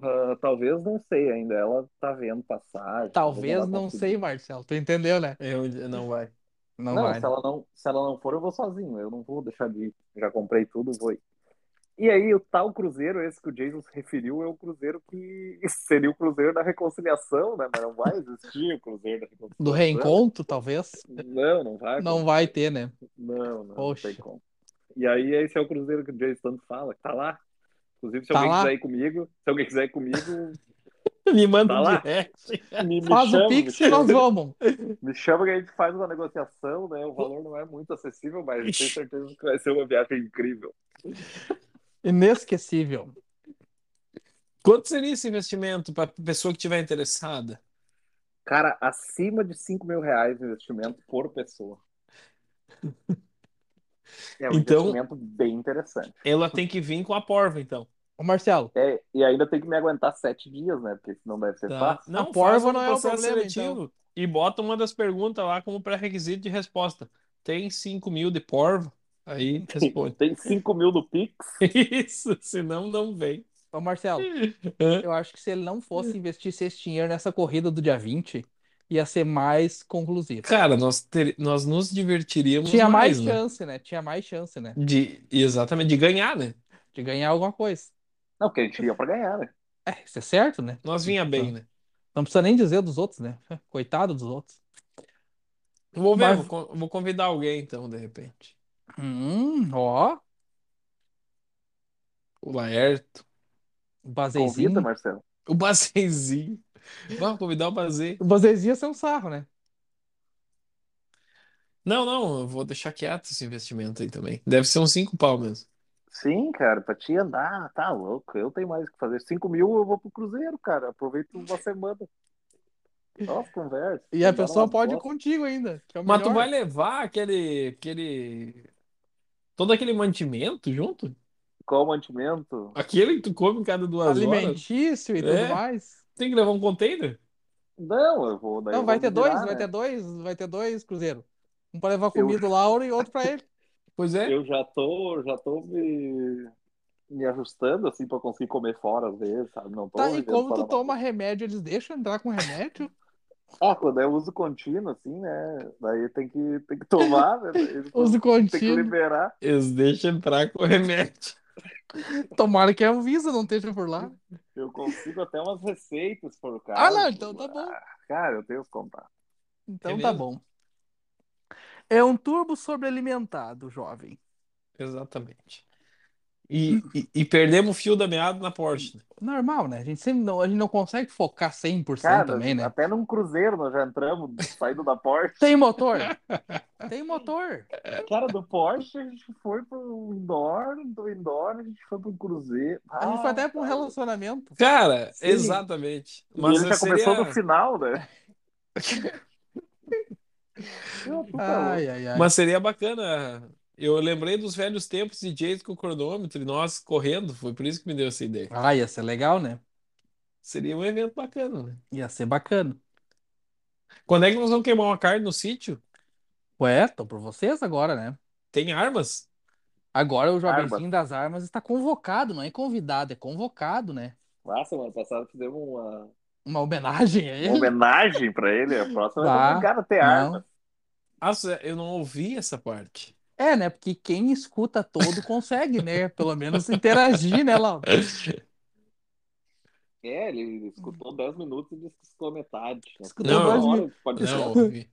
Speaker 2: Ah, talvez, não sei ainda, ela tá vendo tá passagem.
Speaker 1: Talvez,
Speaker 2: vou mandar
Speaker 1: não
Speaker 2: pra-
Speaker 1: sei, Marcelo. Tu entendeu, né?
Speaker 3: Eu, não vai.
Speaker 1: Não,
Speaker 2: Não,
Speaker 1: vai. né?
Speaker 2: se ela não, se ela não for, eu vou sozinho, eu não vou deixar de ir. Já comprei tudo, vou ir. E aí o tal cruzeiro, esse que o Jason se referiu, é o cruzeiro que seria o cruzeiro da reconciliação, né? Mas não vai existir o cruzeiro da reconciliação.
Speaker 1: Do reencontro, talvez.
Speaker 2: Não, não vai.
Speaker 1: Não vai ter, né?
Speaker 2: Não, não,
Speaker 1: Poxa.
Speaker 2: não tem como. E aí, esse é o Cruzeiro que o Jason tanto fala, que tá lá. Inclusive, se
Speaker 1: Tá
Speaker 2: alguém
Speaker 1: lá?
Speaker 2: quiser ir comigo, se alguém quiser ir comigo,
Speaker 3: Me manda
Speaker 2: Tá
Speaker 3: um
Speaker 2: lá?
Speaker 3: direct.
Speaker 2: me, me
Speaker 1: Faz
Speaker 2: chama,
Speaker 1: o pix
Speaker 2: me
Speaker 1: e nós
Speaker 2: chama,
Speaker 1: vamos.
Speaker 2: me chama que a gente faz uma negociação, né? O valor não é muito acessível, mas eu tenho certeza que vai ser uma viagem incrível.
Speaker 1: Inesquecível.
Speaker 3: Quanto seria esse investimento para pessoa que tiver interessada?
Speaker 2: Cara, acima de 5 mil reais de investimento por pessoa. É um
Speaker 3: Então-
Speaker 2: investimento bem interessante.
Speaker 3: Ela tem que vir com a porva, então.
Speaker 1: Ô, Marcelo,
Speaker 2: É, e ainda tem que me aguentar sete dias, né? Porque senão deve ser
Speaker 3: Tá?
Speaker 2: fácil.
Speaker 3: Não,
Speaker 1: A porva
Speaker 3: faz um
Speaker 1: não é o
Speaker 3: processo
Speaker 1: problema,
Speaker 3: seletivo e bota uma das perguntas lá como pré-requisito de resposta. Tem 5 mil de porva? Aí responde.
Speaker 2: Tem 5 mil no Pix.
Speaker 3: Isso, senão não vem.
Speaker 1: ô, Marcelo, eu acho que se ele não
Speaker 3: Hum.
Speaker 1: fosse investir esse dinheiro nessa corrida do dia 20, ia ser mais conclusivo.
Speaker 3: Cara, nós, ter- nós nos divertiríamos
Speaker 1: Tinha mais,
Speaker 3: mais, né?
Speaker 1: chance, né? Tinha mais chance, né?
Speaker 3: De, exatamente, de ganhar, né?
Speaker 1: De ganhar alguma coisa.
Speaker 2: Não, porque a gente ia pra ganhar, né?
Speaker 1: É, isso é certo, né?
Speaker 3: Nós vinha bem, né?
Speaker 1: Não precisa nem dizer dos outros, né? Coitado dos outros.
Speaker 3: Vou ver,
Speaker 1: Mas-
Speaker 3: vou, con- vou convidar alguém então, de repente.
Speaker 1: Hum, ó,
Speaker 3: O Laerto.
Speaker 1: o
Speaker 2: Convida,
Speaker 1: Bazeizinho.
Speaker 2: Marcelo.
Speaker 3: O Bazenzinho. Vamos convidar o Bazen.
Speaker 1: O Bazeizinho ia ser um sarro, né?
Speaker 3: Não, não, eu vou deixar quieto esse investimento aí também. Deve ser uns 5 pau mesmo.
Speaker 2: Sim, cara, pra te andar, tá louco. Eu tenho mais o que fazer. 5 mil eu vou pro Cruzeiro, cara. Aproveito uma semana. Nossa, conversa.
Speaker 1: E a
Speaker 2: Dá
Speaker 1: pessoa
Speaker 2: uma
Speaker 1: pode ir
Speaker 2: bosta.
Speaker 1: contigo ainda, que é o
Speaker 3: Mas tu
Speaker 1: melhor.
Speaker 3: vai levar aquele, aquele. Todo aquele mantimento junto?
Speaker 2: Qual o mantimento?
Speaker 3: Aquele que tu come cada duas horas?
Speaker 1: Alimentício e tudo
Speaker 3: É.
Speaker 1: mais.
Speaker 3: Tem que levar um container?
Speaker 2: Não, eu vou. daí
Speaker 1: Não,
Speaker 2: eu
Speaker 1: vai
Speaker 2: vou
Speaker 1: ter
Speaker 2: me
Speaker 1: dois,
Speaker 2: virar,
Speaker 1: vai
Speaker 2: né?
Speaker 1: ter dois, vai ter dois, Cruzeiro. Um pra levar comida do Lauro e outro pra ele.
Speaker 3: Pois é,
Speaker 2: Eu já tô, já tô me, me ajustando assim pra conseguir comer fora às vezes, sabe? Não tô
Speaker 1: Tá, e
Speaker 2: vivendo
Speaker 1: como
Speaker 2: só
Speaker 1: tu
Speaker 2: na
Speaker 1: toma remédio, eles deixam entrar com remédio?
Speaker 2: Ah, quando é uso contínuo, assim, né? Daí tem que, tem que tomar, né? Eles
Speaker 1: Uso
Speaker 2: tem que
Speaker 1: contínuo.
Speaker 2: liberar.
Speaker 3: eles deixam entrar com o remédio.
Speaker 1: Tomara que a Anvisa não esteja por lá.
Speaker 2: Eu consigo até umas receitas por cara.
Speaker 1: Ah, não, então tá bom.
Speaker 2: Cara, eu tenho os contatos.
Speaker 1: Então
Speaker 3: É
Speaker 1: tá
Speaker 3: mesmo?
Speaker 1: bom. É um turbo sobrealimentado, jovem.
Speaker 3: Exatamente. E, e, e perdemos o fio da meada na Porsche. né?
Speaker 1: Normal, né? A gente sempre não, a gente não consegue focar 100%
Speaker 2: Cara,
Speaker 1: também, né?
Speaker 2: até num cruzeiro nós já entramos, saindo da Porsche.
Speaker 1: Tem motor. Tem motor.
Speaker 2: Cara, do Porsche a gente foi pro indoor, do indoor a gente foi pro cruzeiro.
Speaker 1: A gente foi até pra um
Speaker 2: Ah,
Speaker 1: relacionamento.
Speaker 3: Cara,
Speaker 2: Sim.
Speaker 3: exatamente.
Speaker 2: E
Speaker 3: Mas é-
Speaker 2: ele já
Speaker 3: seria-
Speaker 2: começou no final, né? Meu, tu tá louco.
Speaker 1: Ai, ai, ai.
Speaker 3: Mas seria bacana. Eu lembrei dos velhos tempos de Jason com o cronômetro e nós correndo. Foi por isso que me deu essa ideia.
Speaker 1: Ah, ia ser legal, né?
Speaker 3: Seria um evento bacana, né?
Speaker 1: Ia ser bacana.
Speaker 3: Quando é que nós vamos queimar uma carne no sítio?
Speaker 1: Ué, tô por vocês agora, né?
Speaker 3: Tem armas?
Speaker 1: Agora o jovenzinho das armas está convocado, não é convidado, é convocado, né?
Speaker 2: Lá semana passada fizemos uma
Speaker 1: Uma homenagem a
Speaker 2: uma
Speaker 1: ele.
Speaker 2: homenagem pra ele. A próxima
Speaker 1: Tá.
Speaker 2: vai ser um cara ter arma.
Speaker 1: Não.
Speaker 3: Ah, Zé, eu não ouvi essa parte.
Speaker 1: É, né? Porque quem escuta todo consegue, né? Pelo menos interagir, né, Laura?
Speaker 2: É, ele escutou 10 minutos e disse que escutou metade. Né?
Speaker 1: Escutou
Speaker 3: Não.
Speaker 1: dois mil-
Speaker 2: Hora de podcast.
Speaker 3: Não ouvi.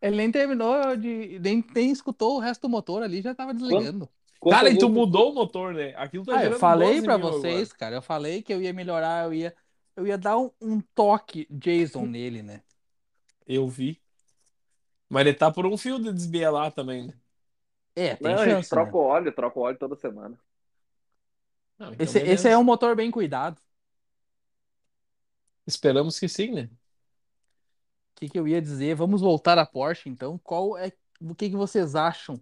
Speaker 1: Ele nem terminou de. Nem, nem escutou o resto do motor ali, já tava desligando.
Speaker 2: Quantas
Speaker 3: Cara, e tu
Speaker 2: vezes-
Speaker 3: mudou o motor, né? Aquilo tá
Speaker 1: então Ah, eu
Speaker 3: gerando
Speaker 1: falei
Speaker 3: 12
Speaker 1: pra
Speaker 3: mil
Speaker 1: vocês, cara. Eu falei que eu ia melhorar, eu ia, eu ia dar um, um toque Jason nele, né?
Speaker 3: agora. Eu vi. Mas ele tá por um fio de desviar lá também, né?
Speaker 1: É,
Speaker 2: Não,
Speaker 1: tem
Speaker 2: a gente
Speaker 1: chance. né?
Speaker 2: troca o óleo, troca o óleo toda semana.
Speaker 3: Não, então
Speaker 1: Esse, esse
Speaker 3: beleza.
Speaker 1: é um motor bem cuidado.
Speaker 3: Esperamos que sim, né?
Speaker 1: O que, que eu ia dizer? Vamos voltar à Porsche, então. Qual é. O que, que vocês acham?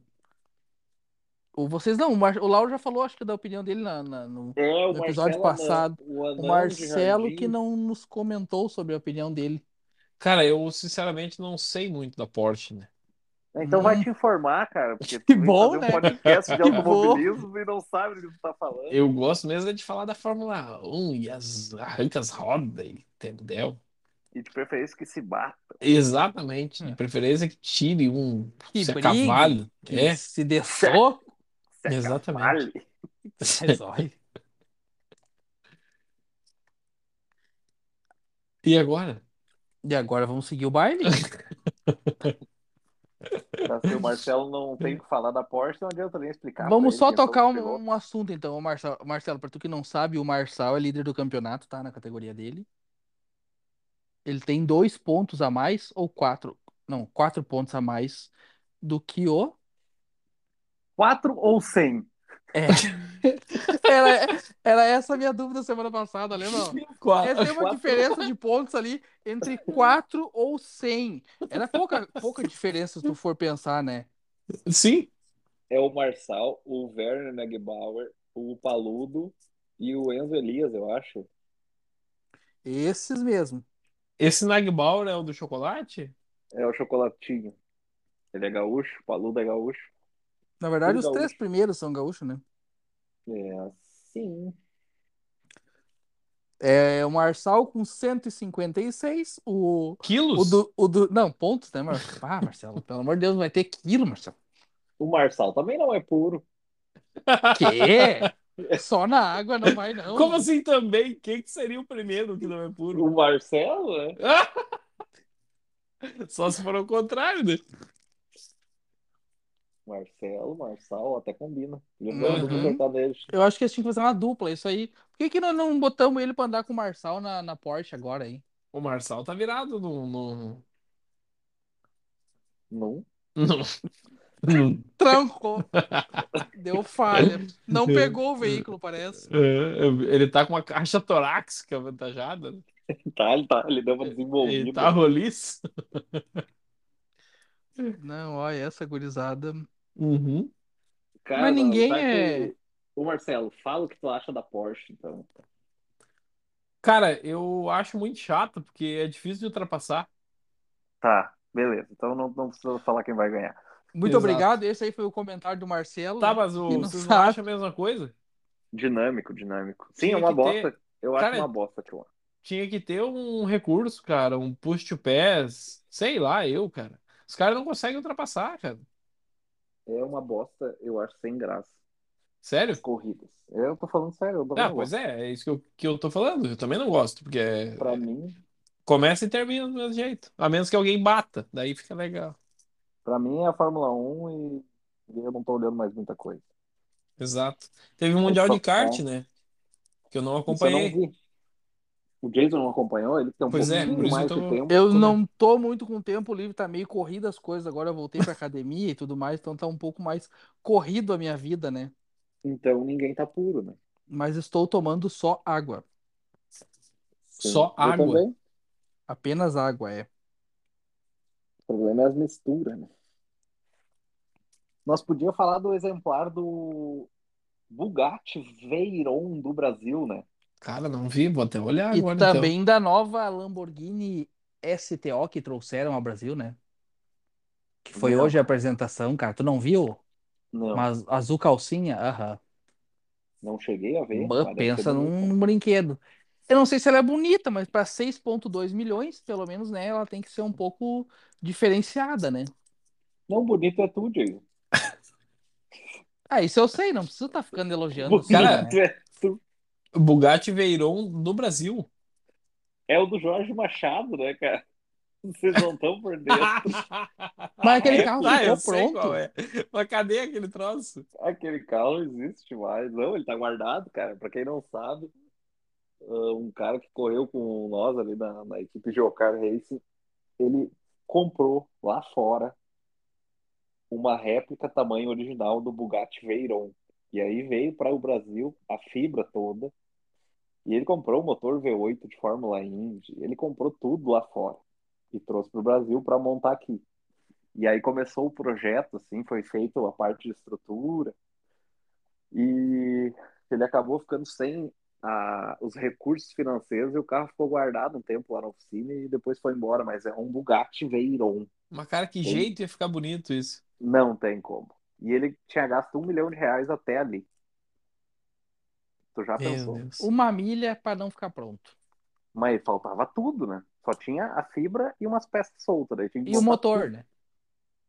Speaker 1: Ou vocês não, o, Mar- o Lauro já falou, acho que da opinião dele na, na- no.
Speaker 2: É, o
Speaker 1: No episódio
Speaker 2: Marcelo
Speaker 1: passado,
Speaker 2: anão- o, anão
Speaker 1: O
Speaker 2: de
Speaker 1: Marcelo
Speaker 2: jardim.
Speaker 1: que não nos comentou sobre a opinião dele.
Speaker 3: Cara, eu sinceramente não sei muito da Porsche, né?
Speaker 2: Então vai
Speaker 1: Hum.
Speaker 2: te informar, cara, porque tu vem
Speaker 1: bom,
Speaker 2: fazer um
Speaker 1: né?
Speaker 2: podcast de
Speaker 1: Que bom.
Speaker 2: automobilismo e não sabe do que tu tá falando.
Speaker 3: Eu gosto mesmo é de falar da Fórmula 1 e as arrancas rodas, entendeu?
Speaker 2: E de preferência que se bata.
Speaker 3: Exatamente. De
Speaker 1: É.
Speaker 3: preferência que tire um
Speaker 1: Que
Speaker 3: se é
Speaker 1: brigue,
Speaker 3: cavalo.
Speaker 1: que
Speaker 3: É,
Speaker 1: se é dessou.
Speaker 2: se acabale.
Speaker 3: Exatamente. É
Speaker 1: Resolve.
Speaker 3: E agora?
Speaker 1: E agora vamos seguir o baile?
Speaker 2: Mas Se o Marcelo não tem o que falar da Porsche, não adianta nem explicar. pra
Speaker 1: Vamos
Speaker 2: ele é
Speaker 1: só
Speaker 2: quem são
Speaker 1: tocar
Speaker 2: os
Speaker 1: um,
Speaker 2: pilotos.
Speaker 1: um assunto então, ô Marcelo. Marcelo, para tu que não sabe, o Marçal é líder do campeonato, tá? Na categoria dele. Ele tem dois pontos a mais ou quatro? Não, quatro pontos a mais do que o.
Speaker 2: Quatro ou cem?
Speaker 1: É. Era, era é essa a minha dúvida semana passada, lembra? É, tem uma
Speaker 2: Quatro.
Speaker 1: diferença de pontos ali entre 4 ou 100. Era pouca, pouca diferença se tu for pensar, né?
Speaker 3: Sim,
Speaker 2: É o Marçal, o Werner Negbauer, o Paludo e o Enzo Elias, eu acho.
Speaker 1: Esses mesmo.
Speaker 3: esse Nagbauer é o do chocolate?
Speaker 2: É o Chocolatinho. Ele é gaúcho, o Paludo é gaúcho.
Speaker 1: Na verdade,
Speaker 2: Tudo
Speaker 1: os três
Speaker 2: gaúcho.
Speaker 1: primeiros são gaúchos, né?
Speaker 2: É, sim.
Speaker 1: É o Marçal com 156, o.
Speaker 3: Quilos?
Speaker 1: O do, o do. Não, pontos, né, Marcelo? Ah, Marcelo, pelo amor de Deus, vai ter quilo, Marcelo.
Speaker 2: O Marçal também não é puro.
Speaker 1: Quê? Só na água não vai, não.
Speaker 3: Como assim também? Quem que seria o primeiro que não é puro?
Speaker 2: O Marcelo, né?
Speaker 3: Só se for o contrário, né?
Speaker 2: Marcelo, Marçal, até combina.
Speaker 1: Uhum.
Speaker 2: Lembrando do sertanejo.
Speaker 1: Eu acho que eles tinham que fazer uma dupla, isso aí. Por que, que nós não botamos ele pra andar com o Marçal na, na Porsche agora, hein?
Speaker 3: O Marçal tá virado no. no,
Speaker 2: Não.
Speaker 1: Hum.
Speaker 3: no-
Speaker 1: Trancou. Deu falha. Não pegou o veículo, parece.
Speaker 3: É, Ele tá com uma caixa torácica avantajada. né?
Speaker 2: Tá, ele, tá, ele deu uma
Speaker 3: Ele
Speaker 2: desenvolvida.
Speaker 3: tá roliço.
Speaker 1: Não, olha, essa gurizada.
Speaker 3: Uhum.
Speaker 2: Cara,
Speaker 1: Mas ninguém
Speaker 2: tá
Speaker 1: é-
Speaker 2: que- Ô Marcelo, fala o que tu acha da Porsche, então.
Speaker 3: Cara, eu acho muito chato, porque é difícil de ultrapassar.
Speaker 2: Tá, beleza. Então não, não precisa falar quem vai ganhar.
Speaker 1: Muito
Speaker 3: Exato.
Speaker 1: obrigado. Esse aí foi o comentário do Marcelo.
Speaker 3: Tá, mas o,
Speaker 1: Quem Hum, não
Speaker 3: vocês não
Speaker 1: sabe.
Speaker 3: acham a mesma coisa?
Speaker 2: Dinâmico, dinâmico. Sim,
Speaker 3: Tinha
Speaker 2: é uma
Speaker 3: que ter-
Speaker 2: bosta. Eu
Speaker 3: Cara,
Speaker 2: acho uma bosta aquilo. lá.
Speaker 3: Tinha que ter um recurso, cara, um push to pass, sei lá, eu, cara. Os caras não conseguem ultrapassar, cara.
Speaker 2: É uma bosta, eu acho sem graça.
Speaker 3: Sério?
Speaker 2: As corridas. Eu tô falando sério, eu também
Speaker 3: É. Ah,
Speaker 2: não
Speaker 3: pois
Speaker 2: gosto.
Speaker 3: é, é isso que eu, que eu tô falando. Eu também não gosto, porque é-
Speaker 2: Pra mim,
Speaker 3: começa e termina do mesmo jeito. A menos que alguém bata, daí fica legal.
Speaker 2: pra mim é a Fórmula 1 e eu não tô olhando mais muita coisa.
Speaker 3: Exato. Teve um Mundial
Speaker 2: só-
Speaker 3: de kart, né? Que eu não
Speaker 2: Isso eu não
Speaker 3: acompanhei.
Speaker 2: vi. O Jason não acompanhou, ele tem um
Speaker 3: Pois é, por
Speaker 2: pouquinho
Speaker 3: isso
Speaker 2: mais
Speaker 3: eu tô-
Speaker 2: de tempo.
Speaker 1: Eu
Speaker 3: Como é?
Speaker 1: não tô muito com tempo livre, tá meio corrida as coisas. Agora eu voltei pra academia e tudo mais, então tá um pouco mais corrido a minha vida, né?
Speaker 2: Então ninguém tá puro, né?
Speaker 1: Mas estou tomando só água.
Speaker 2: Sim.
Speaker 3: Só
Speaker 2: Eu
Speaker 3: água.
Speaker 2: também.
Speaker 1: Apenas água, é.
Speaker 2: O problema é as misturas, né? Nós podíamos falar do exemplar do Bugatti Veyron do Brasil, né?
Speaker 3: Cara, não vi, vou até
Speaker 2: Tá
Speaker 3: olhar
Speaker 1: E
Speaker 3: agora então.
Speaker 1: também da nova Lamborghini STO que trouxeram ao Brasil, né? Que foi
Speaker 2: Não.
Speaker 1: hoje a apresentação, cara. Tu não viu?
Speaker 2: Não,
Speaker 1: Mas azul calcinha, aham.
Speaker 2: não cheguei a ver.
Speaker 1: Bah,
Speaker 2: mas deve ser
Speaker 1: Pensa
Speaker 2: bonito.
Speaker 1: num brinquedo. Eu não sei se ela é bonita, mas para 6,2 milhões, pelo menos, né? Ela tem que ser um pouco diferenciada, né?
Speaker 2: Não, bonito é tu, Diego.
Speaker 1: Ah, isso eu sei, não precisa estar ficando elogiando. os
Speaker 2: Bonito
Speaker 3: cara-
Speaker 1: caras, né?
Speaker 2: é,
Speaker 3: então. Bugatti Veyron no Brasil.
Speaker 2: é o do Jorge Machado, né, cara? Vocês não estão por dentro.
Speaker 1: Mas aquele carro
Speaker 3: Ah, eu
Speaker 1: ficou
Speaker 3: sei
Speaker 1: pronto.
Speaker 3: qual é. Mas cadê aquele troço?
Speaker 2: Aquele carro não existe mais. Não, ele tá guardado, cara. Pra quem não sabe, ah, um cara que correu com nós ali na, na equipe Geocar Racing, ele comprou lá fora uma réplica tamanho original do Bugatti Veyron. E aí veio para o Brasil a fibra toda. E ele comprou o motor V8 de Fórmula Indy. Ele comprou tudo lá fora e trouxe para o Brasil para montar aqui. E aí começou o projeto, assim, foi feita a parte de estrutura. E ele acabou ficando sem a- os recursos financeiros e o carro ficou guardado um tempo lá na oficina e depois foi embora. Mas é um Bugatti Veyron.
Speaker 3: Mas, cara, que
Speaker 2: Tem.
Speaker 3: jeito ia ficar bonito isso.
Speaker 2: Não tem como. E ele tinha gasto um milhão de reais até ali. Tu já
Speaker 3: Meu
Speaker 2: pensou?
Speaker 3: Deus.
Speaker 1: Uma milha para não ficar pronto.
Speaker 2: Mas faltava tudo, né? Só tinha a fibra e umas peças soltas. Daí tinha que
Speaker 1: E o
Speaker 2: botar
Speaker 1: motor, né?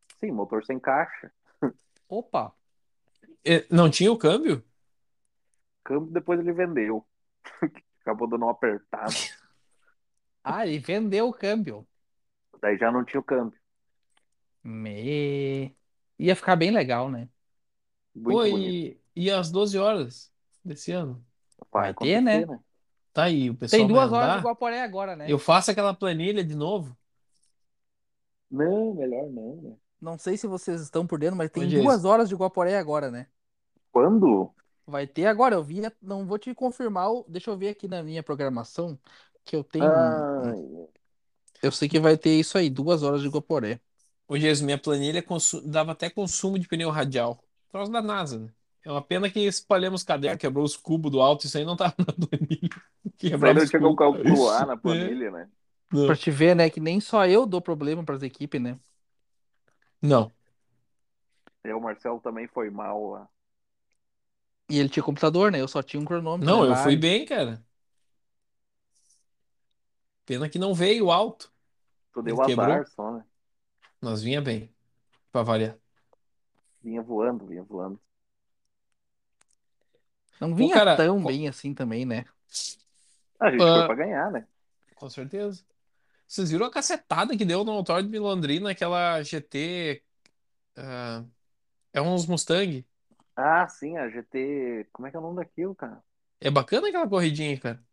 Speaker 2: tudo. Sim, motor sem caixa.
Speaker 1: Opa,
Speaker 3: É, Não tinha o câmbio?
Speaker 2: Câmbio, depois ele vendeu. Acabou dando uma apertada.
Speaker 1: ah, ele vendeu o câmbio.
Speaker 2: Daí já não tinha o câmbio.
Speaker 1: Me... Ia ficar bem legal, né?
Speaker 2: Muito
Speaker 3: Pô,
Speaker 2: bonito.
Speaker 3: e, e às 12 horas desse ano.
Speaker 1: vai ter,
Speaker 2: acontecer,
Speaker 1: né?
Speaker 3: Tá aí, o pessoal
Speaker 1: Tem duas
Speaker 3: vai
Speaker 1: horas
Speaker 3: andar.
Speaker 1: de Guaporé agora, né?
Speaker 2: É.
Speaker 3: Eu faço aquela planilha de novo.
Speaker 2: Não, melhor não, né?
Speaker 1: Não sei se vocês estão por dentro, mas tem
Speaker 3: Onde é
Speaker 1: duas horas de Guaporé agora, né?
Speaker 2: Quando?
Speaker 1: Vai ter agora, eu vi, não vou te confirmar, o- deixa eu ver aqui na minha programação, que eu tenho, um,
Speaker 3: Ah.
Speaker 2: Ai,
Speaker 1: eu sei que vai ter isso aí, duas horas de Guaporé.
Speaker 3: Ô, Jesus, minha planilha consu- dava até consumo de pneu radial. Troço da NASA, né? É uma pena que espalhamos caderno, quebrou os cubos do alto, isso aí não tava na planilha.
Speaker 2: Isso aí
Speaker 3: Quebrava
Speaker 2: não
Speaker 3: os
Speaker 2: tinha como
Speaker 3: cubos. É.
Speaker 2: calcular na planilha, né?
Speaker 3: Não.
Speaker 1: Pra te ver, né, que nem só eu dou problema pras equipes, né?
Speaker 3: Não.
Speaker 2: E o Marcelo também foi mal lá.
Speaker 1: E ele tinha computador, né? Eu só tinha um cronômetro.
Speaker 3: Não,
Speaker 1: né,
Speaker 3: eu
Speaker 1: lá.
Speaker 3: fui bem, cara. Pena que não veio alto.
Speaker 2: Tu deu
Speaker 3: Ele quebrou?
Speaker 2: azar só, né?
Speaker 3: Nós vinha bem, pra variar.
Speaker 2: Vinha voando, vinha voando.
Speaker 1: Não vinha
Speaker 3: cara,
Speaker 1: tão
Speaker 3: co-
Speaker 1: bem assim também, né?
Speaker 2: A gente
Speaker 3: Ah.
Speaker 2: foi pra ganhar, né?
Speaker 3: Com certeza. Vocês viram a cacetada que deu no Autódromo de Londrina, aquela GT. ah, é uns Mustang.
Speaker 2: Ah, sim, a GT. Como é que é o nome daquilo, cara?
Speaker 3: É bacana aquela corridinha, cara.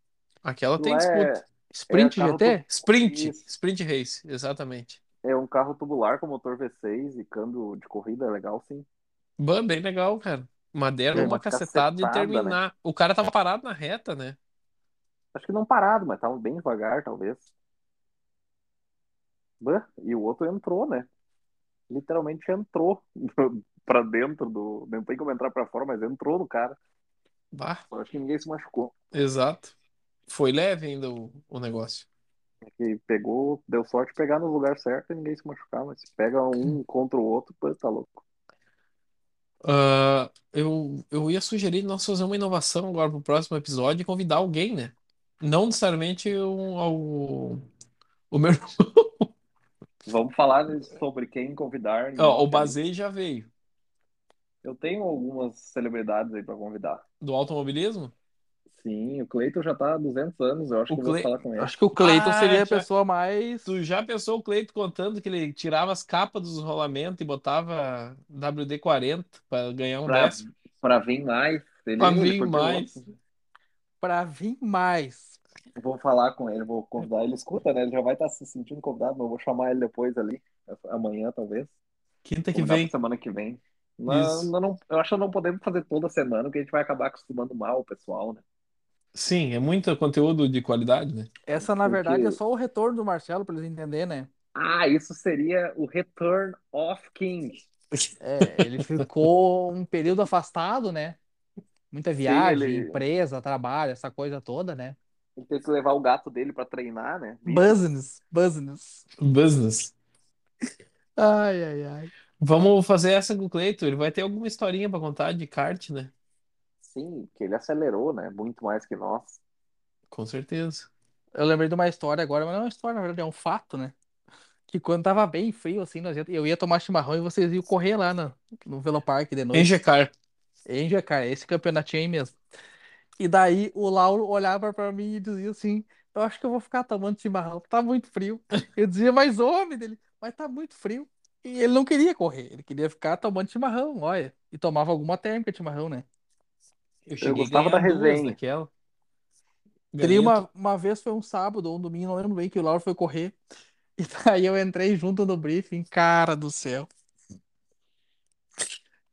Speaker 3: Aquela tem
Speaker 2: Lá é-
Speaker 3: disputa.
Speaker 1: Sprint
Speaker 2: É, carro
Speaker 1: GT?
Speaker 3: Sprint.
Speaker 2: Isso.
Speaker 3: Sprint Race, exatamente.
Speaker 2: É um carro tubular com motor V6 e câmbio de corrida, é legal sim.
Speaker 3: Ban, bem legal, cara. Mas deram
Speaker 2: Deu
Speaker 3: uma
Speaker 2: uma
Speaker 3: cacetada de
Speaker 2: cacetada, né?
Speaker 3: terminar. O cara tava parado na reta, né?
Speaker 2: Acho que não parado, mas tava bem devagar, talvez. Bah, e o outro entrou, né? Literalmente entrou pra dentro do. Não tem como entrar pra fora, mas entrou no cara.
Speaker 3: Bah,
Speaker 2: Eu acho que ninguém se machucou.
Speaker 3: exato. Foi leve ainda o, o negócio.
Speaker 2: É que pegou, deu sorte de pegar no lugar certo e ninguém se machucar, mas se pega um contra o outro, pô, tá louco.
Speaker 3: Ah, eu, eu ia sugerir nós fazer uma inovação agora pro próximo episódio e convidar alguém, né? Não necessariamente um, ao- o meu irmão.
Speaker 2: Vamos falar sobre quem convidar. e-
Speaker 3: Ó, o Bazei já veio.
Speaker 2: Eu tenho algumas celebridades aí pra convidar.
Speaker 3: Do automobilismo?
Speaker 2: Sim, o Cleiton já tá há 200 anos, eu acho
Speaker 3: O
Speaker 2: que eu vou
Speaker 3: Clay-
Speaker 2: falar com ele.
Speaker 1: Acho que o Cleiton
Speaker 3: Ah,
Speaker 1: seria a
Speaker 3: já-
Speaker 1: pessoa mais.
Speaker 3: Tu já pensou o Cleito contando que ele tirava as capas dos rolamentos e botava WD-40 pra ganhar um
Speaker 2: Pra-
Speaker 3: décimo?
Speaker 2: Pra vir mais, ele,
Speaker 3: Pra
Speaker 2: ele
Speaker 3: vir
Speaker 2: foi
Speaker 3: mais.
Speaker 2: piloto.
Speaker 1: Pra vir mais.
Speaker 2: Eu Vou falar com ele, vou convidar ele. Escuta, né? Ele já vai estar se sentindo convidado, mas eu vou chamar ele depois ali, amanhã talvez.
Speaker 3: Quinta que
Speaker 2: Convidar
Speaker 3: vem.
Speaker 2: pra semana que vem. Não,
Speaker 3: Isso.
Speaker 2: não, não- eu acho que não podemos fazer toda semana, porque a gente vai acabar acostumando mal o pessoal, né?
Speaker 3: Sim, é muito conteúdo de qualidade, né?
Speaker 1: Essa, na
Speaker 2: Porque-
Speaker 1: verdade, é só o retorno do Marcelo, pra eles entenderem, né?
Speaker 2: Ah, isso seria o Return of King.
Speaker 1: É, ele ficou um período afastado, né? Muita viagem,
Speaker 2: ele-
Speaker 1: empresa, trabalho, essa coisa toda, né?
Speaker 2: Ele teve que levar o gato dele pra treinar, né?
Speaker 1: Business, business.
Speaker 3: Business.
Speaker 1: Ai, ai, ai.
Speaker 3: Vamos fazer essa com o Cleito. Ele vai ter alguma historinha pra contar de kart, né?
Speaker 2: Sim, que ele acelerou, né? Muito mais que nós.
Speaker 3: Com certeza.
Speaker 1: Eu lembrei de uma história agora, mas não é uma história, na verdade, é um fato, né? Que quando tava bem frio, assim, nós ia- eu ia tomar chimarrão e vocês iam correr lá no, no Velopark de noite.
Speaker 3: Engecar.
Speaker 1: Enja, cara, esse campeonatinho aí mesmo. E daí o Lauro olhava pra mim e dizia assim: Eu acho que eu vou ficar tomando chimarrão, tá muito frio. Eu dizia, mas homem dele, mas tá muito frio. E ele não queria correr, ele queria ficar tomando chimarrão, olha. E tomava alguma térmica de chimarrão, né?
Speaker 3: Eu cheguei a
Speaker 2: gostava
Speaker 3: ganhar
Speaker 2: da
Speaker 3: duas
Speaker 2: resenha.
Speaker 3: daquela. Ganhei
Speaker 1: Teria uma, uma vez, foi um sábado ou um domingo, não lembro bem, que o Lauro foi correr. E daí eu entrei junto no briefing, cara do céu.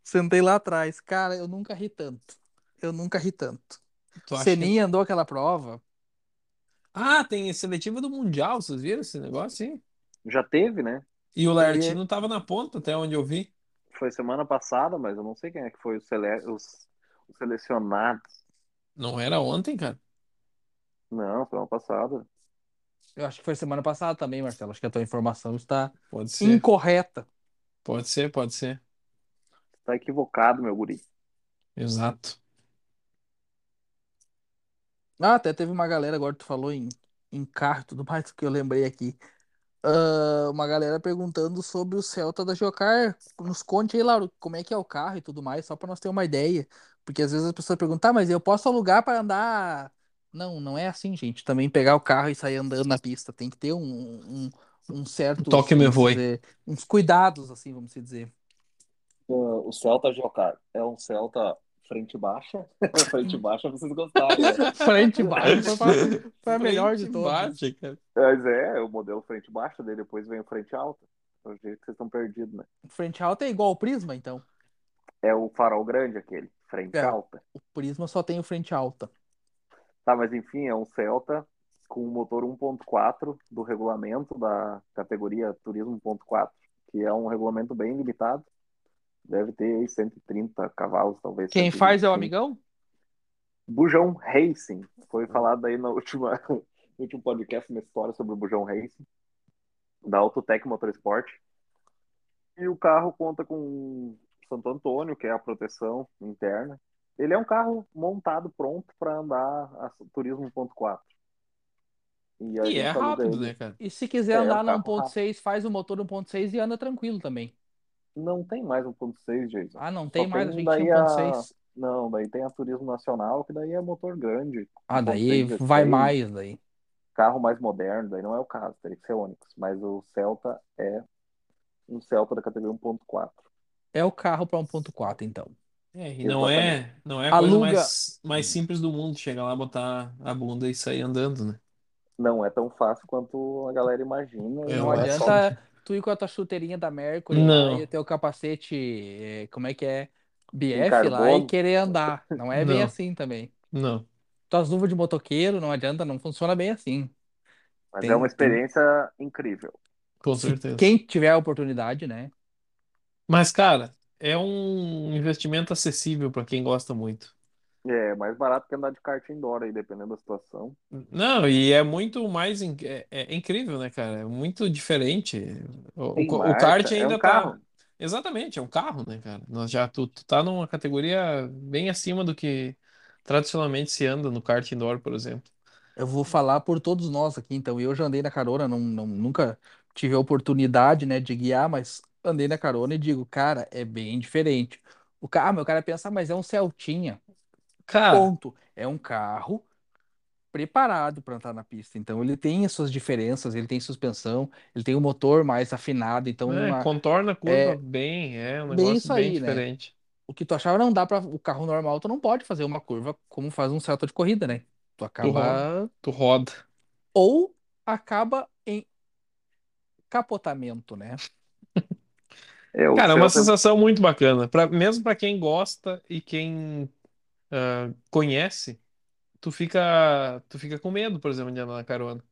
Speaker 1: Sentei lá atrás, cara, eu nunca ri tanto. Eu nunca ri tanto.
Speaker 3: Tu acha que- é
Speaker 1: Seninha andou aquela prova.
Speaker 3: Ah, tem seletiva do Mundial, vocês viram esse negócio, hein?
Speaker 2: Já teve, né?
Speaker 3: E o
Speaker 2: é.
Speaker 3: Lartino tava na ponta, até onde eu vi.
Speaker 2: Foi semana passada, mas eu não sei quem é que foi o sele... os... os selecionados.
Speaker 3: Não era ontem, cara.
Speaker 2: Não, semana passada.
Speaker 1: Eu acho que foi semana passada também, Marcelo. Acho que a tua informação está
Speaker 3: Pode ser,
Speaker 1: incorreta.
Speaker 3: pode ser, pode ser.
Speaker 2: Tá equivocado, meu guri.
Speaker 3: Exato.
Speaker 1: Ah, até teve uma galera, agora tu falou em, em carro e tudo mais, que eu lembrei aqui. Ah, uma galera perguntando sobre o Celta da Jocar. Nos conte aí, Lauro, como é que é o carro e tudo mais, só para nós ter uma ideia. Porque às vezes as pessoas perguntam, tá, mas eu posso alugar para andar. Não, não é assim, gente. Também pegar o carro e sair andando na pista. Tem que ter um, um, um certo.
Speaker 3: Toque me voe.
Speaker 1: Uns cuidados, assim, vamos dizer.
Speaker 2: O Celta Jocar é um Celta frente baixa. frente baixa vocês gostaram. Né?
Speaker 1: Frente e baixo foi pra, É, foi a melhor de
Speaker 3: Frente
Speaker 1: todas.
Speaker 3: baixa, cara.
Speaker 2: Mas é, o modelo frente baixa, daí depois vem o frente alta. É o jeito que vocês estão perdidos, né?
Speaker 1: Frente alta é igual ao prisma, então.
Speaker 2: É o farol grande aquele, frente
Speaker 1: É.
Speaker 2: alta.
Speaker 1: O prisma só tem o frente alta.
Speaker 2: Tá, mas enfim, é um Celta com o motor 1.4 do regulamento da categoria Turismo 1.4, que é um regulamento bem limitado. Deve ter aí 130 cavalos, talvez.
Speaker 1: Quem faz é o
Speaker 2: 125.
Speaker 1: amigão?
Speaker 2: Bujão Racing.
Speaker 3: Uhum.
Speaker 2: Foi falado aí na última, no último podcast, uma história sobre o Bujão Racing, da Autotec Motorsport. E o carro conta com Santo Antônio, que é a proteção interna. Ele é um carro montado, pronto para andar a Turismo 1.4. E, a
Speaker 3: E
Speaker 2: gente
Speaker 3: é
Speaker 2: aluga
Speaker 3: rápido,
Speaker 2: ele.
Speaker 3: né, cara?
Speaker 1: E se quiser
Speaker 2: É,
Speaker 1: andar
Speaker 2: o
Speaker 1: no
Speaker 2: carro
Speaker 1: 1.6, faz o motor 1.6 e anda tranquilo também.
Speaker 2: Não tem mais 1.6, Jason.
Speaker 1: Ah, não tem
Speaker 2: Só
Speaker 1: mais,
Speaker 2: tem
Speaker 1: a gente
Speaker 2: daí
Speaker 1: tinha
Speaker 2: a-
Speaker 1: 1.6.
Speaker 2: Não, daí tem a Turismo Nacional, que daí é motor grande.
Speaker 1: Ah,
Speaker 2: 1.6,
Speaker 1: daí
Speaker 2: 16.
Speaker 1: vai mais daí.
Speaker 2: carro mais moderno, daí não é o caso, teria que ser Onix, mas o Celta é um Celta da categoria 1.4.
Speaker 1: É o carro para 1.4, então.
Speaker 3: É, e não é, não é a
Speaker 1: Aluga.
Speaker 3: coisa mais, mais simples do mundo, chegar lá, botar a bunda e sair andando, né?
Speaker 2: Não é tão fácil quanto a galera imagina.
Speaker 3: É,
Speaker 1: Não
Speaker 3: não é
Speaker 1: adianta tu ir com a tua chuteirinha da Mercury
Speaker 3: Não.
Speaker 1: lá e ter o capacete, eh, como é que é? BF
Speaker 2: Um carbono.
Speaker 1: lá e querer andar. Não é bem
Speaker 3: Não.
Speaker 1: assim também.
Speaker 3: Não.
Speaker 1: Tuas luvas de motoqueiro, não adianta, não funciona bem assim.
Speaker 2: mas
Speaker 1: tem-
Speaker 2: é uma experiência incrível.
Speaker 3: Com
Speaker 1: Se
Speaker 3: certeza.
Speaker 1: Quem tiver a oportunidade, né?
Speaker 3: Mas, cara, é um investimento acessível pra quem gosta muito.
Speaker 2: É, mais barato que andar de kart indoor aí, dependendo da situação.
Speaker 3: Não, e é muito mais. in- É, é incrível, né, cara? É muito diferente. O,
Speaker 2: Tem
Speaker 3: o co- o
Speaker 2: marcha,
Speaker 3: kart
Speaker 2: é um
Speaker 3: ainda tá.
Speaker 2: carro.
Speaker 3: Exatamente, é um carro, né, cara? Nós já, tu, tu tá numa categoria bem acima do que tradicionalmente se anda no kart indoor, por exemplo.
Speaker 1: Eu vou falar por todos nós aqui, então. Eu já andei na carona, não, não- nunca tive a oportunidade, né, de guiar, mas andei na carona e digo, cara, é bem diferente. O carro, meu cara pensa, "Ah, mas é um Celtinha.
Speaker 3: Cara,
Speaker 1: Ponto. É um carro preparado para andar na pista. Então ele tem as suas diferenças, ele tem suspensão, ele tem um motor mais afinado, então
Speaker 3: é,
Speaker 1: a-
Speaker 3: contorna a curva
Speaker 1: é
Speaker 3: bem, é um
Speaker 1: bem
Speaker 3: negócio
Speaker 1: isso
Speaker 3: bem
Speaker 1: aí, né?
Speaker 3: diferente.
Speaker 1: O que tu achava não dá para o carro normal, tu não pode fazer uma curva como faz um Celta de corrida, né? Tu
Speaker 3: Tu roda,
Speaker 1: acaba
Speaker 3: tu roda.
Speaker 1: ou acaba em capotamento, né?
Speaker 2: É, o
Speaker 3: Cara, é uma
Speaker 2: Celta
Speaker 3: sensação muito bacana. Pra, mesmo pra quem gosta e quem ah, conhece, tu fica, tu fica com medo, por exemplo, de andar na carona.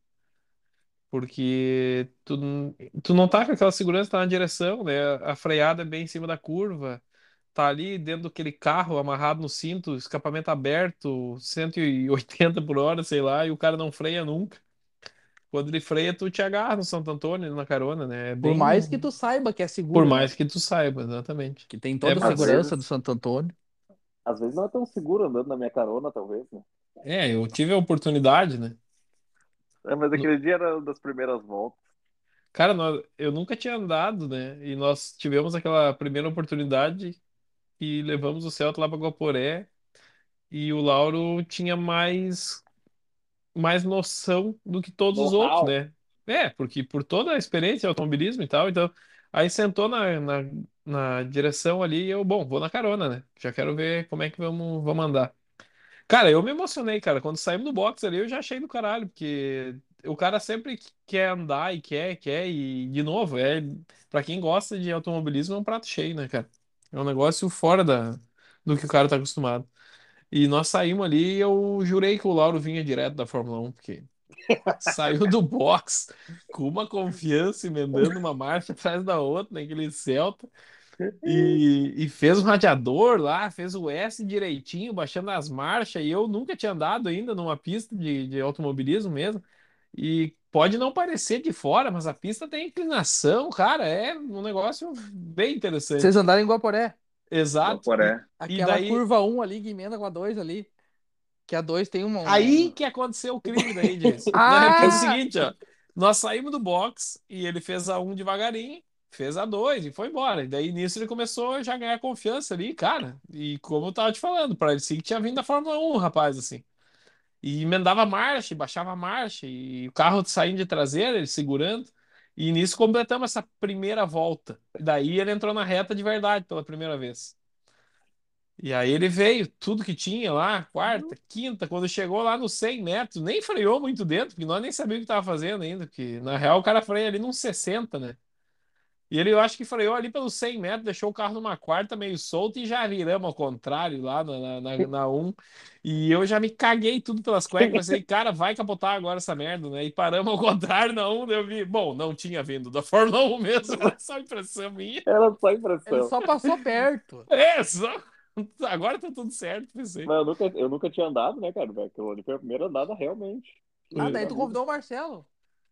Speaker 3: Porque tu, n- tu não tá com aquela segurança, tá na direção, né? A freada é bem em cima da curva, tá ali dentro daquele carro amarrado no cinto, escapamento aberto, 180 por hora, sei lá, e o cara não freia nunca. Quando ele freia, tu te agarra no Santo Antônio, na carona, né? É
Speaker 1: Por mais que
Speaker 3: bem.
Speaker 1: tu saiba que é
Speaker 3: Por
Speaker 1: seguro, né?
Speaker 3: mais que tu saiba, exatamente.
Speaker 1: Que tem
Speaker 3: É
Speaker 1: toda a
Speaker 2: Às
Speaker 3: massa.
Speaker 1: segurança do
Speaker 2: vezes,
Speaker 1: Santo Antônio.
Speaker 2: às vezes não é tão seguro andando na minha carona, talvez, né?
Speaker 3: É, eu tive a oportunidade, né?
Speaker 2: É, mas
Speaker 3: No-
Speaker 2: aquele dia era uma das primeiras voltas.
Speaker 3: Cara, nós- eu nunca tinha andado, né? E nós tivemos aquela primeira oportunidade e levamos o Celta lá pra Guaporé. E o Lauro tinha mais, mais noção do que todos os outros,
Speaker 2: Know-how.
Speaker 3: né? É, porque por toda a experiência, automobilismo e tal, então. Aí sentou na, na, na direção ali e eu, bom, vou na carona, né? Já quero ver como é que vamos, vamos andar. Cara, eu me emocionei, cara. Quando saímos do box ali, eu já achei do caralho, porque o cara sempre quer andar e quer, quer, e de novo, é para quem gosta de automobilismo, é um prato cheio, né, cara? É um negócio fora da, do que o cara tá acostumado. E nós saímos ali e eu jurei que o Lauro vinha direto da Fórmula 1, porque saiu do box com uma confiança, emendando uma marcha atrás da outra, naquele Celta. E, e fez um radiador lá, fez o S direitinho, baixando as marchas. E eu nunca tinha andado ainda numa pista de, de automobilismo mesmo. E pode não parecer de fora, mas a pista tem inclinação, cara. É um negócio bem
Speaker 1: Vocês
Speaker 3: interessante.
Speaker 1: andaram em Guaporé,
Speaker 3: Exato. E,
Speaker 2: Guaporé.
Speaker 3: e
Speaker 1: aquela
Speaker 3: daí,
Speaker 1: curva 1 ali que emenda com a 2 ali, que a 2 tem uma,
Speaker 3: aí
Speaker 1: um-
Speaker 3: que aconteceu o crime daí, Jason. Daí que é o
Speaker 1: Ah!
Speaker 3: seguinte, ó. Nós saímos do box e ele fez a um devagarinho, fez a dois e foi embora. E daí nisso ele começou já a ganhar confiança ali, cara. E como eu tava te falando, para ele sim que tinha vindo da Fórmula 1, rapaz, assim. E emendava a marcha, e baixava a marcha, e o carro saindo de traseira, ele segurando. E nisso completamos essa primeira volta. E daí ele entrou na reta de verdade pela primeira vez. E aí ele veio, tudo que tinha lá, quarta, quinta, quando chegou lá nos 100 metros, nem freou muito dentro, porque nós nem sabíamos o que estava fazendo ainda, porque na real o cara freia ali nos 60, né? E ele, eu acho que freou ali pelos 100 metros, deixou o carro numa quarta meio solto e já viramos ao contrário lá na, na, na, na 1. E eu já me caguei tudo pelas cuecas, pensei, cara, vai capotar agora essa merda, né? E paramos ao contrário na 1, daí eu vi, bom, não tinha vindo da Fórmula 1 mesmo, era só impressão minha.
Speaker 2: Era só
Speaker 1: Ele
Speaker 2: impressão.
Speaker 1: só passou perto.
Speaker 3: É, só... Agora tá tudo certo, pensei.
Speaker 2: Mas eu nunca, eu nunca tinha andado, né, cara? Aquilo ali foi a primeira andada realmente.
Speaker 1: Ah,
Speaker 2: Primeiro
Speaker 1: daí
Speaker 2: na
Speaker 1: tu
Speaker 2: vida.
Speaker 1: convidou o Marcelo.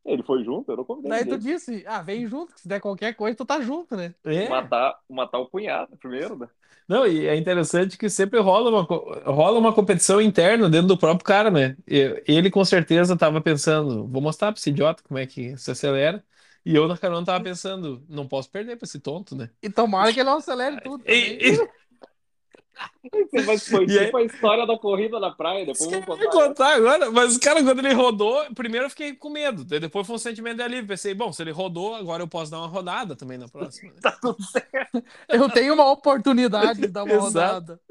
Speaker 2: Ele foi junto, eu não convidei
Speaker 1: Daí tu
Speaker 2: ninguém.
Speaker 1: disse, ah, vem junto, que se der qualquer coisa, tu tá junto, né?
Speaker 3: É.
Speaker 2: Matar, matar o cunhado primeiro, né?
Speaker 3: Não, e é interessante que sempre rola uma, co- rola uma competição interna dentro do próprio cara, né? E- Ele com certeza tava pensando, vou mostrar pra esse idiota como é que se acelera. E eu na carona tava pensando, não posso perder pra esse tonto, né?
Speaker 1: E tomara que ele não acelere tudo também.
Speaker 3: E, e,
Speaker 2: Mas foi
Speaker 3: e aí,
Speaker 2: tipo a história da corrida na praia, depois
Speaker 3: isso que eu
Speaker 2: vamos
Speaker 3: ia
Speaker 2: contar ela.
Speaker 3: contar agora, mas cara, quando ele rodou, primeiro eu fiquei com medo, daí depois foi um sentimento de alívio. Pensei, bom, se ele rodou, agora eu posso dar uma rodada também na próxima, né?
Speaker 2: Tá tudo certo.
Speaker 1: Eu tenho uma oportunidade de dar uma
Speaker 3: Exato.
Speaker 1: rodada.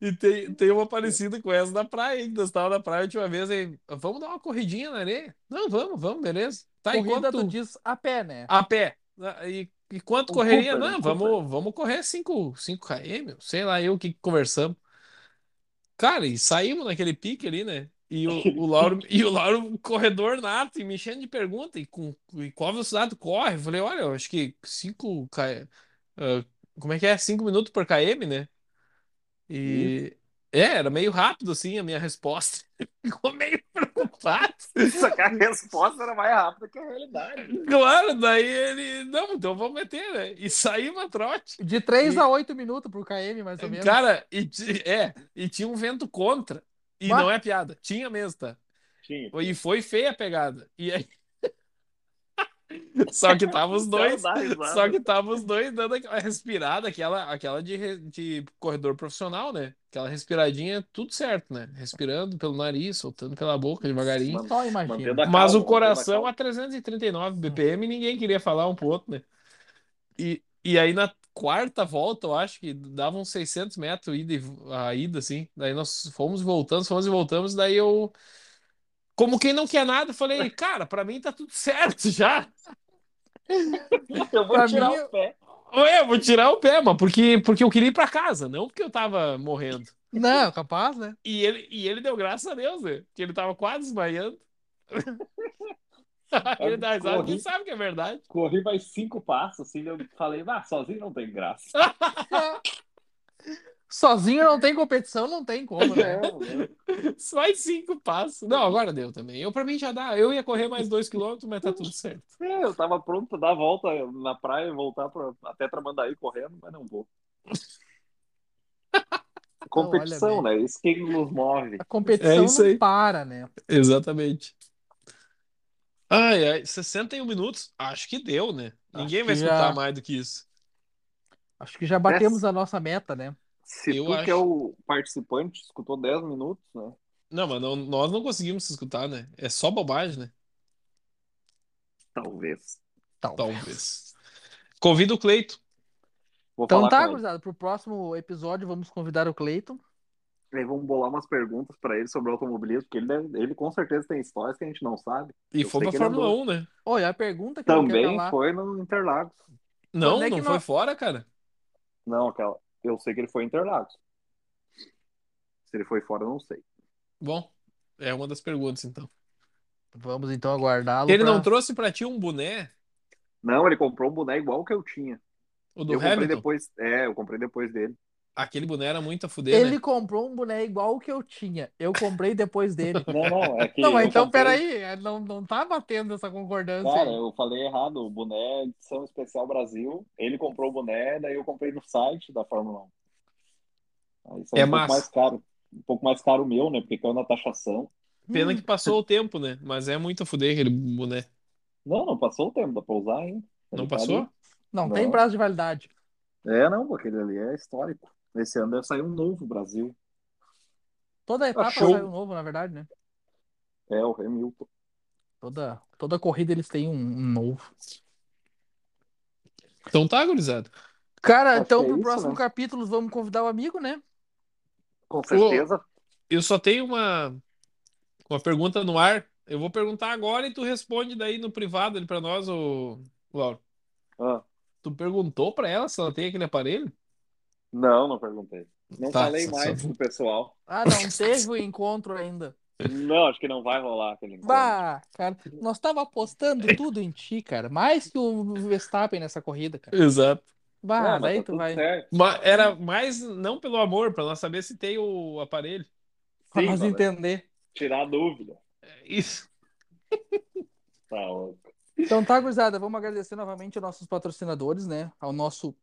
Speaker 3: E tem, tem uma parecida com essa da praia, hein? Nós estávamos na praia a última vez aí. Vamos dar uma corridinha na areia? Não, vamos, vamos, beleza. Tá, e
Speaker 1: Corrida, tu
Speaker 3: quanto?
Speaker 1: diz a pé, né?
Speaker 3: A pé. Ah, E, e quanto
Speaker 2: Um
Speaker 3: correria?
Speaker 2: Cooper, um
Speaker 3: Não,
Speaker 2: Cooper.
Speaker 3: vamos, vamos correr 5, 5 km, sei lá, eu que conversamos. Cara, e saímos naquele pique ali, né? E o,
Speaker 2: Aquele
Speaker 3: o Lauro,
Speaker 2: pique.
Speaker 3: e o Lauro, um corredor nato, e me enchendo de pergunta, e com e qual velocidade tu corre? Eu falei, olha, eu acho que ah, 5 km. como é que é? 5 minutos por km, né?
Speaker 2: Isso.
Speaker 3: E, É, era meio rápido, assim, a minha resposta. Ficou meio preocupado.
Speaker 2: Só que a resposta era mais rápida que a realidade.
Speaker 3: Claro, daí ele. Não, então vamos meter, né? E saí uma trote.
Speaker 1: De 3 a 8 minutos pro KM, mais ou menos.
Speaker 3: Cara, e, ti- é, e tinha um vento contra. E
Speaker 1: Bah.
Speaker 3: não é piada. Tinha mesmo, tá?
Speaker 2: Tinha.
Speaker 3: E foi feia a pegada. E aí. Só que tava
Speaker 2: é
Speaker 3: os dois. Só que tava os dois dando aquela respirada, aquela, aquela de, re- de corredor profissional, né? Aquela respiradinha, tudo certo, né? Respirando pelo nariz, soltando pela boca devagarinho.
Speaker 1: Só imagina.
Speaker 2: Mantendo a
Speaker 3: Mas
Speaker 2: calma,
Speaker 3: o coração
Speaker 2: mantendo
Speaker 3: a 339 BPM, ninguém queria falar um pro outro, né? E, e aí na quarta volta, eu acho que dava uns 600 metros ida e vo- a ida, assim. Daí nós fomos voltando, fomos e voltamos. Daí eu, como quem não quer nada, falei, cara, pra mim tá tudo certo já. é-
Speaker 2: a calma. Eu vou
Speaker 1: Pra
Speaker 2: tirar
Speaker 1: mim,
Speaker 2: o pé.
Speaker 3: Ué, eu vou tirar o pé, mano, porque, porque eu queria ir pra casa, não porque eu tava morrendo.
Speaker 1: Não, capaz, né?
Speaker 3: E ele, e ele deu graças a Deus, né? Que ele tava quase desmaiando. Ele dá risada,
Speaker 2: corri.
Speaker 3: ele sabe que é verdade.
Speaker 2: Corri mais cinco passos, assim, eu falei, ah, sozinho não tem graça.
Speaker 3: Ah,
Speaker 1: Sozinho não tem competição, não tem como, né?
Speaker 3: Só Mais cinco passos. Não, agora deu também. Eu, pra mim já dá. Eu ia correr mais dois quilômetros, mas tá tudo certo.
Speaker 2: É, eu tava pronto pra dar a volta na praia e voltar pra, até Tramandaí correndo, mas não vou. Competição,
Speaker 1: Não,
Speaker 2: né? Isso que nos move.
Speaker 1: A competição
Speaker 3: É isso aí.
Speaker 1: não para, né?
Speaker 3: Exatamente. Ai, ai, 61 minutos? Acho que deu, né?
Speaker 1: Acho
Speaker 3: Ninguém vai
Speaker 1: que
Speaker 3: escutar
Speaker 1: já.
Speaker 3: mais do que isso.
Speaker 1: Acho que já batemos a nossa meta, né?
Speaker 2: Se
Speaker 3: Eu
Speaker 2: tu que
Speaker 3: acho.
Speaker 2: é o participante, escutou 10 minutos, né?
Speaker 3: Não, mas não- nós não conseguimos se escutar, né? É só bobagem, né?
Speaker 2: Talvez.
Speaker 3: Talvez. Convida o Cleito.
Speaker 2: Vou
Speaker 1: Então
Speaker 2: falar
Speaker 1: tá,
Speaker 2: com ele.
Speaker 1: gurizada. Pro próximo episódio vamos convidar o Cleiton.
Speaker 2: Aí vamos bolar umas perguntas pra ele sobre automobilismo, porque ele, deve- ele com certeza tem histórias que a gente não sabe.
Speaker 3: E
Speaker 2: Eu
Speaker 3: foi
Speaker 2: sei
Speaker 3: pra
Speaker 2: que ele
Speaker 3: Fórmula
Speaker 2: andou.
Speaker 3: 1, né?
Speaker 1: Olha, a pergunta que eu quero
Speaker 2: Também
Speaker 1: falar.
Speaker 2: foi no Interlagos.
Speaker 3: Não,
Speaker 1: Quando é que
Speaker 3: não foi
Speaker 1: nós-
Speaker 3: fora, cara.
Speaker 2: Não, aquela. Eu sei que ele foi em Interlagos. Se ele foi fora, eu não sei.
Speaker 3: Bom, é uma das perguntas, então.
Speaker 1: Vamos então aguardá-lo.
Speaker 3: Ele
Speaker 1: pra-
Speaker 3: não trouxe pra ti um boné,
Speaker 2: Não, ele comprou um boné igual que eu tinha.
Speaker 3: o do
Speaker 2: eu comprei
Speaker 3: Hamilton?
Speaker 2: depois. É, eu comprei depois dele.
Speaker 3: Aquele boné era muito a fuder, né?
Speaker 1: Ele comprou um boné igual o que eu tinha. Eu comprei depois dele.
Speaker 2: Não, não, é que.
Speaker 1: não, mas
Speaker 2: eu
Speaker 1: então
Speaker 2: comprei-
Speaker 1: peraí, é, não, não tá batendo essa concordância.
Speaker 2: Cara,
Speaker 1: aí.
Speaker 2: eu falei errado. O boné edição especial Brasil. Ele comprou o boné, daí eu comprei no site da Fórmula 1. Aí saiu
Speaker 3: É
Speaker 2: um
Speaker 3: massa.
Speaker 2: pouco mais caro. Um pouco mais caro o meu, né? Porque caiu na taxação.
Speaker 1: Hum,
Speaker 3: Pena que passou o tempo, né? Mas é muito a fuder aquele né? boné.
Speaker 2: Não, não passou o tempo, dá pra usar ainda.
Speaker 3: Não
Speaker 2: Ele
Speaker 3: passou?
Speaker 1: Não,
Speaker 2: não.
Speaker 1: tem prazo de validade.
Speaker 2: tá ali. É, não, aquele ali é histórico. Esse ano deve sair um novo Brasil.
Speaker 1: Toda etapa
Speaker 2: show.
Speaker 1: sai um novo, na verdade, né?
Speaker 2: É, o Hamilton.
Speaker 1: Toda, toda corrida eles têm um, um novo.
Speaker 3: Então tá, gurizada.
Speaker 1: Cara,
Speaker 2: Acho
Speaker 1: então
Speaker 2: que é
Speaker 1: pro
Speaker 2: isso,
Speaker 1: próximo
Speaker 2: né?
Speaker 1: capítulo vamos convidar o amigo, né?
Speaker 2: Com certeza.
Speaker 3: Eu só tenho uma, uma pergunta no ar. Eu vou perguntar agora e tu responde daí no privado ali pra nós, ô Lauro.
Speaker 2: Ah,
Speaker 3: Tu perguntou pra ela se ela tem aquele aparelho?
Speaker 2: não, não perguntei. Não
Speaker 3: Tá,
Speaker 2: falei
Speaker 3: só-
Speaker 2: mais
Speaker 3: só-
Speaker 2: do pessoal.
Speaker 1: Ah, não teve o encontro ainda.
Speaker 2: Não, acho que não vai rolar aquele encontro.
Speaker 1: Bah, cara, nós tava apostando tudo em ti, cara. Mais que o Verstappen nessa corrida, cara.
Speaker 3: Exato.
Speaker 1: Bah,
Speaker 2: Ah, mas
Speaker 1: daí
Speaker 2: tá
Speaker 1: tu
Speaker 2: tudo
Speaker 1: vai.
Speaker 2: certo.
Speaker 3: Mas era mais não pelo amor, pra nós saber se tem o aparelho.
Speaker 1: Pra
Speaker 2: Sim,
Speaker 1: nós
Speaker 2: Valério.
Speaker 1: entender.
Speaker 2: Tirar a dúvida.
Speaker 3: É Isso.
Speaker 2: Tá louco.
Speaker 1: Então tá, gurizada, vamos agradecer novamente aos nossos patrocinadores, né? Ao nosso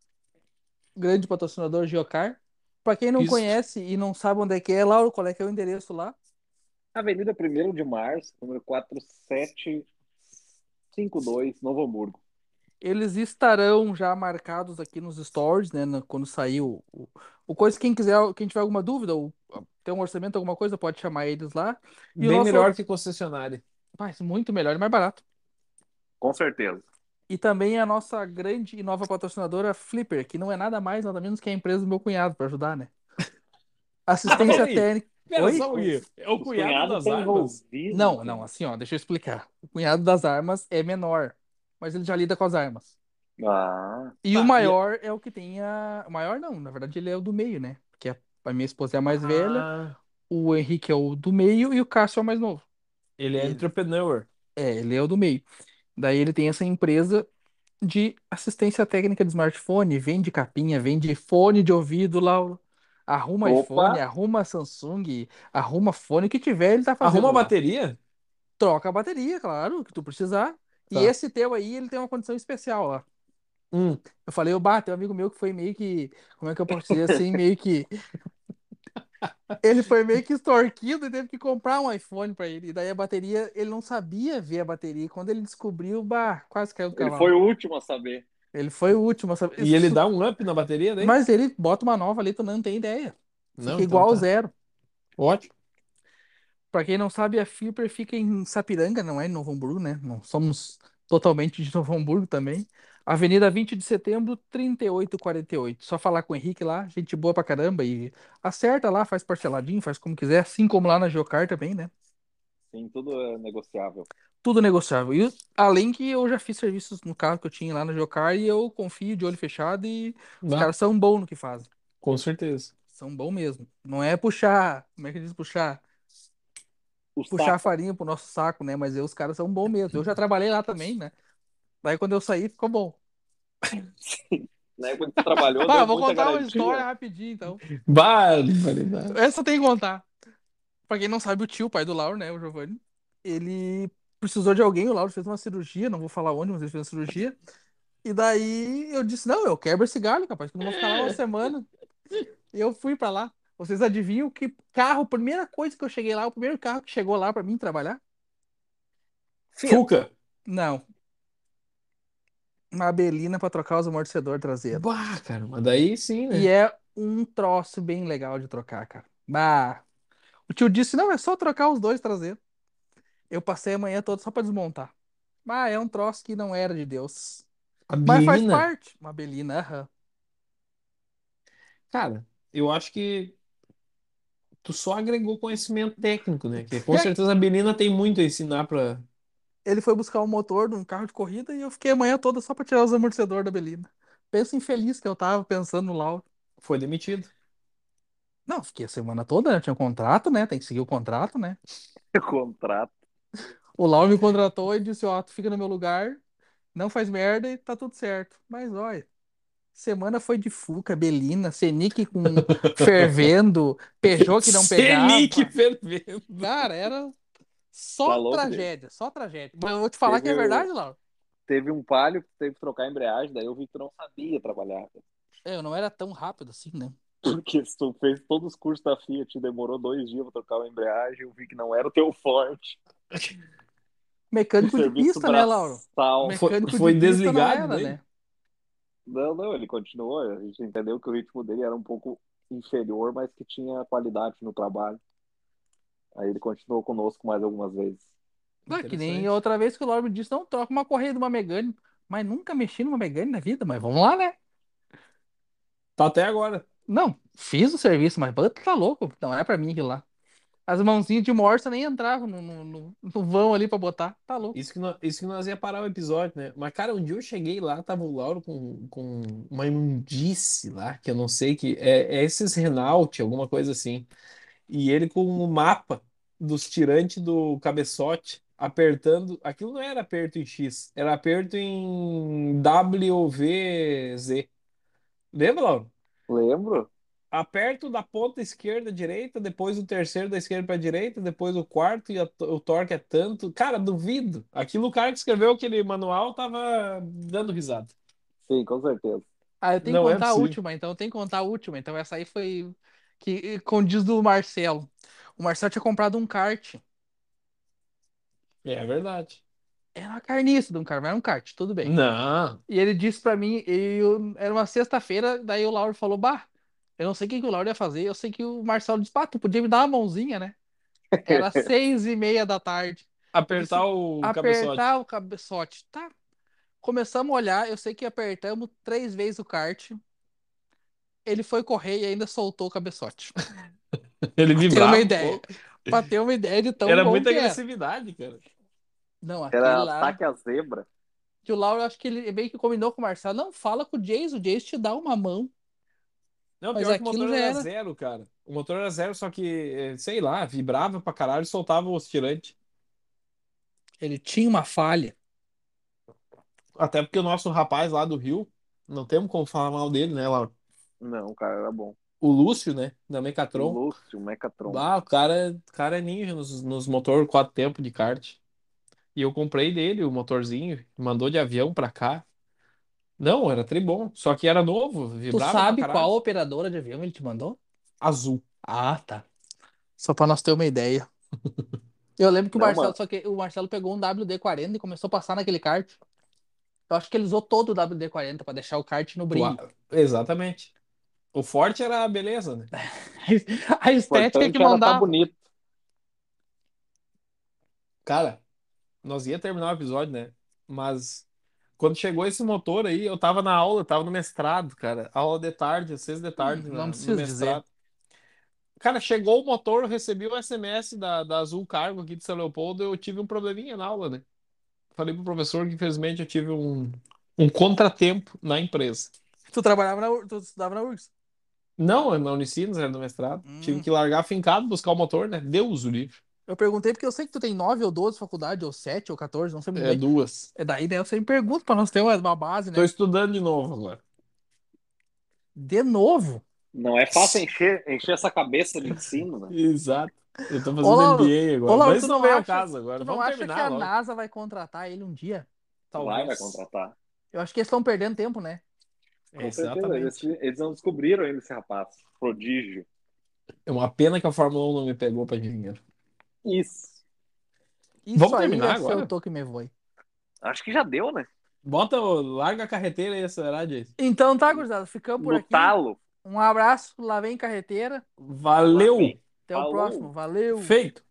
Speaker 1: grande patrocinador Geocar. Pra quem não
Speaker 3: Isso.
Speaker 1: conhece e não sabe onde é que é, Lauro, qual é que é o endereço lá?
Speaker 2: Avenida 1 de Março, número 4752, Novo Hamburgo.
Speaker 1: Eles estarão já marcados aqui nos stories, né? na- Quando sair o, o, o coisa, quem quiser, quem tiver alguma dúvida ou tem um orçamento, alguma coisa, pode chamar eles lá. E o
Speaker 3: Bem
Speaker 1: nosso-
Speaker 3: melhor que concessionária.
Speaker 1: Mas muito melhor e mais barato.
Speaker 2: Com certeza.
Speaker 1: E também a nossa grande e nova patrocinadora Flipper, que não é nada mais, nada menos que a empresa do meu cunhado, pra ajudar, né? Assistência
Speaker 3: Peraí.
Speaker 1: técnica.
Speaker 3: Pera
Speaker 1: Oi?
Speaker 3: só um pouquinho. É o
Speaker 2: Os
Speaker 3: cunhado
Speaker 2: cunhados
Speaker 3: das
Speaker 2: estão
Speaker 3: armas?
Speaker 2: envolvidos.
Speaker 1: Não, não, assim, ó, deixa eu explicar. O cunhado das armas é menor, mas ele já lida com as armas.
Speaker 2: Ah,
Speaker 1: E
Speaker 3: Tá,
Speaker 1: o
Speaker 3: e-
Speaker 1: maior é o que tem a. O maior não, na verdade ele é o do meio, né? Porque a, a minha esposa é a mais velha,
Speaker 3: Ah,
Speaker 1: o Henrique é o do meio e o Cássio é o mais novo.
Speaker 3: ele é entrepreneur.
Speaker 1: É, ele é o do meio. Daí ele tem essa empresa de assistência técnica de smartphone, vende capinha, vende fone de ouvido, Lauro, Arruma
Speaker 2: Opa.
Speaker 1: iPhone, arruma Samsung, arruma fone, o que tiver ele tá fazendo.
Speaker 3: Arruma a
Speaker 1: lá.
Speaker 3: bateria?
Speaker 1: Troca a bateria, claro, que tu precisar. E
Speaker 3: Tá.
Speaker 1: esse teu aí, ele tem uma condição especial lá.
Speaker 3: Hum.
Speaker 1: Eu falei, eu bato, tem um amigo meu que foi meio que. Como é que eu posso dizer assim? Meio que. Ele foi meio que extorquido e teve que comprar um iPhone pra ele. E daí a bateria, ele não sabia ver a bateria. E quando ele descobriu, bah, quase caiu do
Speaker 2: Ele
Speaker 1: cavalo.
Speaker 2: foi o último a saber.
Speaker 1: Ele foi o último, sabe?
Speaker 3: E ele dá um up na bateria daí?
Speaker 1: Mas ele bota uma nova ali, tu não tem ideia. Fica
Speaker 3: Não, então
Speaker 1: igual ao
Speaker 3: tá.
Speaker 1: zero.
Speaker 3: Ótimo.
Speaker 1: Pra quem não sabe, a Fiber fica em Sapiranga, não é em Novo Hamburgo, né? Não somos totalmente de Novo Hamburgo também. Avenida 20 de Setembro, 3848. Só falar com o Henrique lá, gente boa pra caramba. E acerta lá, faz parceladinho, faz como quiser, assim como lá na Geocar também, né?
Speaker 2: Sim, tudo é negociável.
Speaker 1: Tudo negociável. E além que eu já fiz serviços no carro que eu tinha lá na Geocar e eu confio de olho fechado e os
Speaker 3: Bah,
Speaker 1: caras são bons no que fazem.
Speaker 3: com certeza.
Speaker 1: São bom mesmo. Não é puxar, como é que diz puxar?
Speaker 2: O
Speaker 1: Puxar a
Speaker 2: saco,
Speaker 1: farinha pro nosso saco, né? Mas eu, os caras são bom mesmo. Eu já trabalhei lá também, né? Daí quando eu saí, ficou bom.
Speaker 2: né? Quando tu trabalhou,
Speaker 1: Ah,
Speaker 2: deu
Speaker 1: vou
Speaker 2: muita
Speaker 1: contar uma
Speaker 2: garantia.
Speaker 1: história rapidinho, então.
Speaker 3: Barbaridade.
Speaker 1: Essa tem que contar. Pra quem não sabe, o tio, o pai do Lauro, né? O Giovanni. Ele precisou de alguém, o Lauro fez uma cirurgia, não vou falar onde, mas ele fez uma cirurgia. E daí eu disse, não, eu quebro esse galho, capaz que eu não vou ficar lá uma semana. E eu fui pra lá. Vocês adivinham que carro, primeira coisa que eu cheguei lá, o primeiro carro que chegou lá pra mim trabalhar?
Speaker 3: Fuca.
Speaker 1: Não. Uma Belina pra trocar os amortecedores traseiros.
Speaker 3: Bah, cara, mas daí sim, né?
Speaker 1: E é um troço bem legal de trocar, cara. Bah. O tio disse, não, é só trocar os dois traseiros. Eu passei a manhã toda só pra desmontar. Mas é um troço que não era de Deus.
Speaker 3: A
Speaker 1: Mas faz
Speaker 3: Belina,
Speaker 1: parte. Uma Belina, aham.
Speaker 3: cara, eu acho que tu só agregou conhecimento técnico, né? Que com
Speaker 1: É.
Speaker 3: certeza a Belina tem muito a ensinar pra.
Speaker 1: Ele foi buscar o motor de um carro de corrida e eu fiquei a manhã toda só pra tirar os amortecedores da Belina. Pensa infeliz que eu tava pensando no Lauro.
Speaker 3: Foi demitido.
Speaker 1: Não, fiquei a semana toda, né? Eu tinha um contrato, né? Tem que seguir o contrato, né?
Speaker 2: Contrato.
Speaker 1: O Lauro me contratou e disse, ó, tu fica no meu lugar, não faz merda e tá tudo certo. Mas olha, semana foi de Fuca, Belina, Senic com fervendo, Peugeot que não pegava.
Speaker 3: Selic fervendo.
Speaker 1: Cara, era só
Speaker 2: Tá louco,
Speaker 1: tragédia, só tragédia. Mas eu vou te falar que é
Speaker 2: Teve o-
Speaker 1: verdade, Lauro.
Speaker 2: Teve um palho que teve que trocar a embreagem, daí eu vi que tu não sabia trabalhar.
Speaker 1: É, Eu não era tão rápido assim, né?
Speaker 2: Porque se tu fez todos os cursos da Fiat, demorou dois dias pra trocar uma embreagem, eu vi que não era o teu forte.
Speaker 1: Mecânico de
Speaker 2: Serviço
Speaker 1: pista, né, Lauro?
Speaker 2: braçal.
Speaker 3: Foi-
Speaker 1: Mecânico de
Speaker 3: foi
Speaker 1: pista não
Speaker 3: desligado
Speaker 1: era,
Speaker 3: daí?
Speaker 1: né?
Speaker 2: Não, não, ele continuou. A gente entendeu que o ritmo dele era um pouco inferior, mas que tinha qualidade no trabalho. Aí ele continuou conosco mais algumas vezes.
Speaker 1: Não, é que nem
Speaker 3: Interessante.
Speaker 1: outra vez que o Lauro me disse, não, troca uma correia de uma Megane. Mas nunca mexi numa Megane na vida, mas vamos lá, né?
Speaker 3: Tá até agora.
Speaker 1: Não, fiz o serviço, mas Bud tá louco. Não era pra mim aquilo lá. As mãozinhas de morsa nem entravam no, no, no- no vão ali pra botar. Tá louco.
Speaker 3: Isso que, nós, isso que nós ia parar o episódio, né? Mas, cara, um dia eu cheguei lá, tava o Lauro com, com uma imundice lá, que eu não sei que. É, é esses Renault, alguma coisa assim. E ele com o mapa dos tirantes do cabeçote, apertando. Aquilo não era aperto em X, era aperto em WVZ. Lembra, Lauro?
Speaker 2: Lembro?
Speaker 3: Aperto da ponta esquerda à direita, depois o terceiro da esquerda para direita, depois o quarto e a to- o torque é tanto. Cara, duvido. Aquilo o cara que escreveu aquele manual tava dando risada.
Speaker 2: Sim, com certeza.
Speaker 1: Ah, eu tenho que
Speaker 3: Não é
Speaker 1: contar a
Speaker 3: possível.
Speaker 1: última, então. Eu tenho que contar a última. Então essa aí foi que condiz do Marcelo. O Marcelo tinha comprado um kart.
Speaker 3: É verdade.
Speaker 1: Era uma carniça de um kart, mas era um kart, tudo bem.
Speaker 3: Não.
Speaker 1: E ele disse pra mim, e eu- era uma sexta-feira, daí o Lauro falou, bah, eu não sei o que, que o Lauro ia fazer, eu sei que o Marcelo disse, pá, tu podia me dar uma mãozinha, né? Era seis e meia da tarde.
Speaker 3: Apertar o um cabeçote.
Speaker 1: apertar o cabeçote, tá? Começamos a olhar, eu sei que apertamos três vezes o kart. Ele foi correr e ainda soltou o cabeçote.
Speaker 3: Ele
Speaker 1: Pra ter
Speaker 3: vibrava.
Speaker 1: uma
Speaker 3: um
Speaker 1: ideia.
Speaker 3: pouco.
Speaker 1: Pra ter uma ideia de tão
Speaker 3: Era
Speaker 1: bom que
Speaker 3: muita
Speaker 1: é? era.
Speaker 3: agressividade, cara.
Speaker 1: Não, aquele
Speaker 2: Era
Speaker 1: lá,
Speaker 2: ataque à zebra.
Speaker 1: que o Lauro, acho que ele meio que combinou com o Marcelo. Não, fala com o Jace, o Jace te dá uma mão.
Speaker 3: Não,
Speaker 1: Mas
Speaker 3: pior que o
Speaker 1: aquilo já
Speaker 3: motor era
Speaker 1: era.
Speaker 3: zero, cara. O motor era zero, só que, eh, sei lá, vibrava pra caralho e soltava os tirantes.
Speaker 1: Ele tinha uma falha.
Speaker 3: Até porque o nosso rapaz lá do Rio, não temos como falar mal dele, né, Laura?
Speaker 2: Não, cara, era bom.
Speaker 3: o Lúcio, né? Da Mecatron.
Speaker 2: Lúcio, Mecatron.
Speaker 3: Ah, o cara, o cara é ninja nos, nos motor quatro tempos de kart. E eu comprei dele o motorzinho, mandou de avião pra cá. Não, era tri bom. Só que era novo,
Speaker 1: Tu
Speaker 3: vibrava pra
Speaker 1: sabe
Speaker 3: caralho.
Speaker 1: qual operadora de avião ele te mandou?
Speaker 3: Azul.
Speaker 1: Ah, tá. Só pra nós ter uma ideia. Eu lembro que o
Speaker 2: Não,
Speaker 1: Marcelo,
Speaker 2: mano.
Speaker 1: só que o Marcelo pegou um WD-40 e começou a passar naquele kart. Eu acho que ele usou todo o WD-40 pra deixar o kart no brilho.
Speaker 3: Tua- Exatamente. O forte era a beleza, né?
Speaker 1: A estética que
Speaker 2: Importante era tá
Speaker 1: mandava.
Speaker 2: bonito.
Speaker 3: Cara, nós ia terminar o episódio, né? Mas quando chegou esse motor aí, eu tava na aula, eu tava no mestrado, cara. Aula de tarde, às seis da tarde,
Speaker 1: Hum,
Speaker 3: na-
Speaker 1: não
Speaker 3: no
Speaker 1: precisa dizer.
Speaker 3: mestrado. Cara, chegou o motor, eu recebi o SMS da, da Azul Cargo aqui de São Leopoldo, eu tive um probleminha na aula, né? Falei pro professor que, infelizmente, eu tive um, um contratempo na empresa.
Speaker 1: Tu trabalhava na, U- tu estudava na URGS.
Speaker 3: Não, eu na Unicinos, era no mestrado.
Speaker 1: Hum.
Speaker 3: Tive que largar fincado, buscar o motor, né? Deus o livre.
Speaker 1: Eu perguntei porque eu sei que tu tem 9 ou 12 faculdades, ou 7 ou 14, não sei muito
Speaker 3: É,
Speaker 1: bem.
Speaker 3: duas.
Speaker 1: É daí, né? Eu sempre pergunto pra nós ter uma, uma base, né?
Speaker 3: Tô estudando de novo agora.
Speaker 1: De novo.
Speaker 2: Não é fácil encher, encher essa cabeça de ensino, né?
Speaker 3: Exato. Eu tô fazendo
Speaker 1: Lauro,
Speaker 3: MBA agora.
Speaker 1: ô, Lauro,
Speaker 3: Mas
Speaker 1: tu
Speaker 3: isso não
Speaker 1: não
Speaker 3: vem ao
Speaker 1: acha-
Speaker 3: caso agora.
Speaker 1: Tu não
Speaker 3: Vamos
Speaker 1: acha que é
Speaker 3: terminar
Speaker 1: a
Speaker 3: logo. então.
Speaker 1: NASA vai contratar ele um dia?
Speaker 2: Vai, vai
Speaker 3: Talvez.
Speaker 2: contratar.
Speaker 1: Eu acho que eles estão perdendo tempo, né?
Speaker 2: Com
Speaker 3: É,
Speaker 2: certeza. Eles,
Speaker 3: exatamente.
Speaker 2: eles não descobriram ainda esse rapaz. Prodígio.
Speaker 3: É uma pena que a Fórmula 1 não me pegou pra dinheiro.
Speaker 2: Isso.
Speaker 1: Isso
Speaker 3: Vamos
Speaker 1: aí
Speaker 3: terminar
Speaker 1: deve ser
Speaker 3: agora?
Speaker 1: o toque me voe.
Speaker 2: Acho que já deu, né?
Speaker 3: Bota, o- larga a carreteira aí, acelerar, Jason.
Speaker 1: Então tá, gurizada. Ficamos por
Speaker 2: No
Speaker 1: aqui.
Speaker 2: talo.
Speaker 1: Um abraço. Lá vem carreteira.
Speaker 3: Valeu!
Speaker 2: Lá vem.
Speaker 1: Até o
Speaker 2: Falou.
Speaker 1: próximo. Valeu.
Speaker 3: Feito!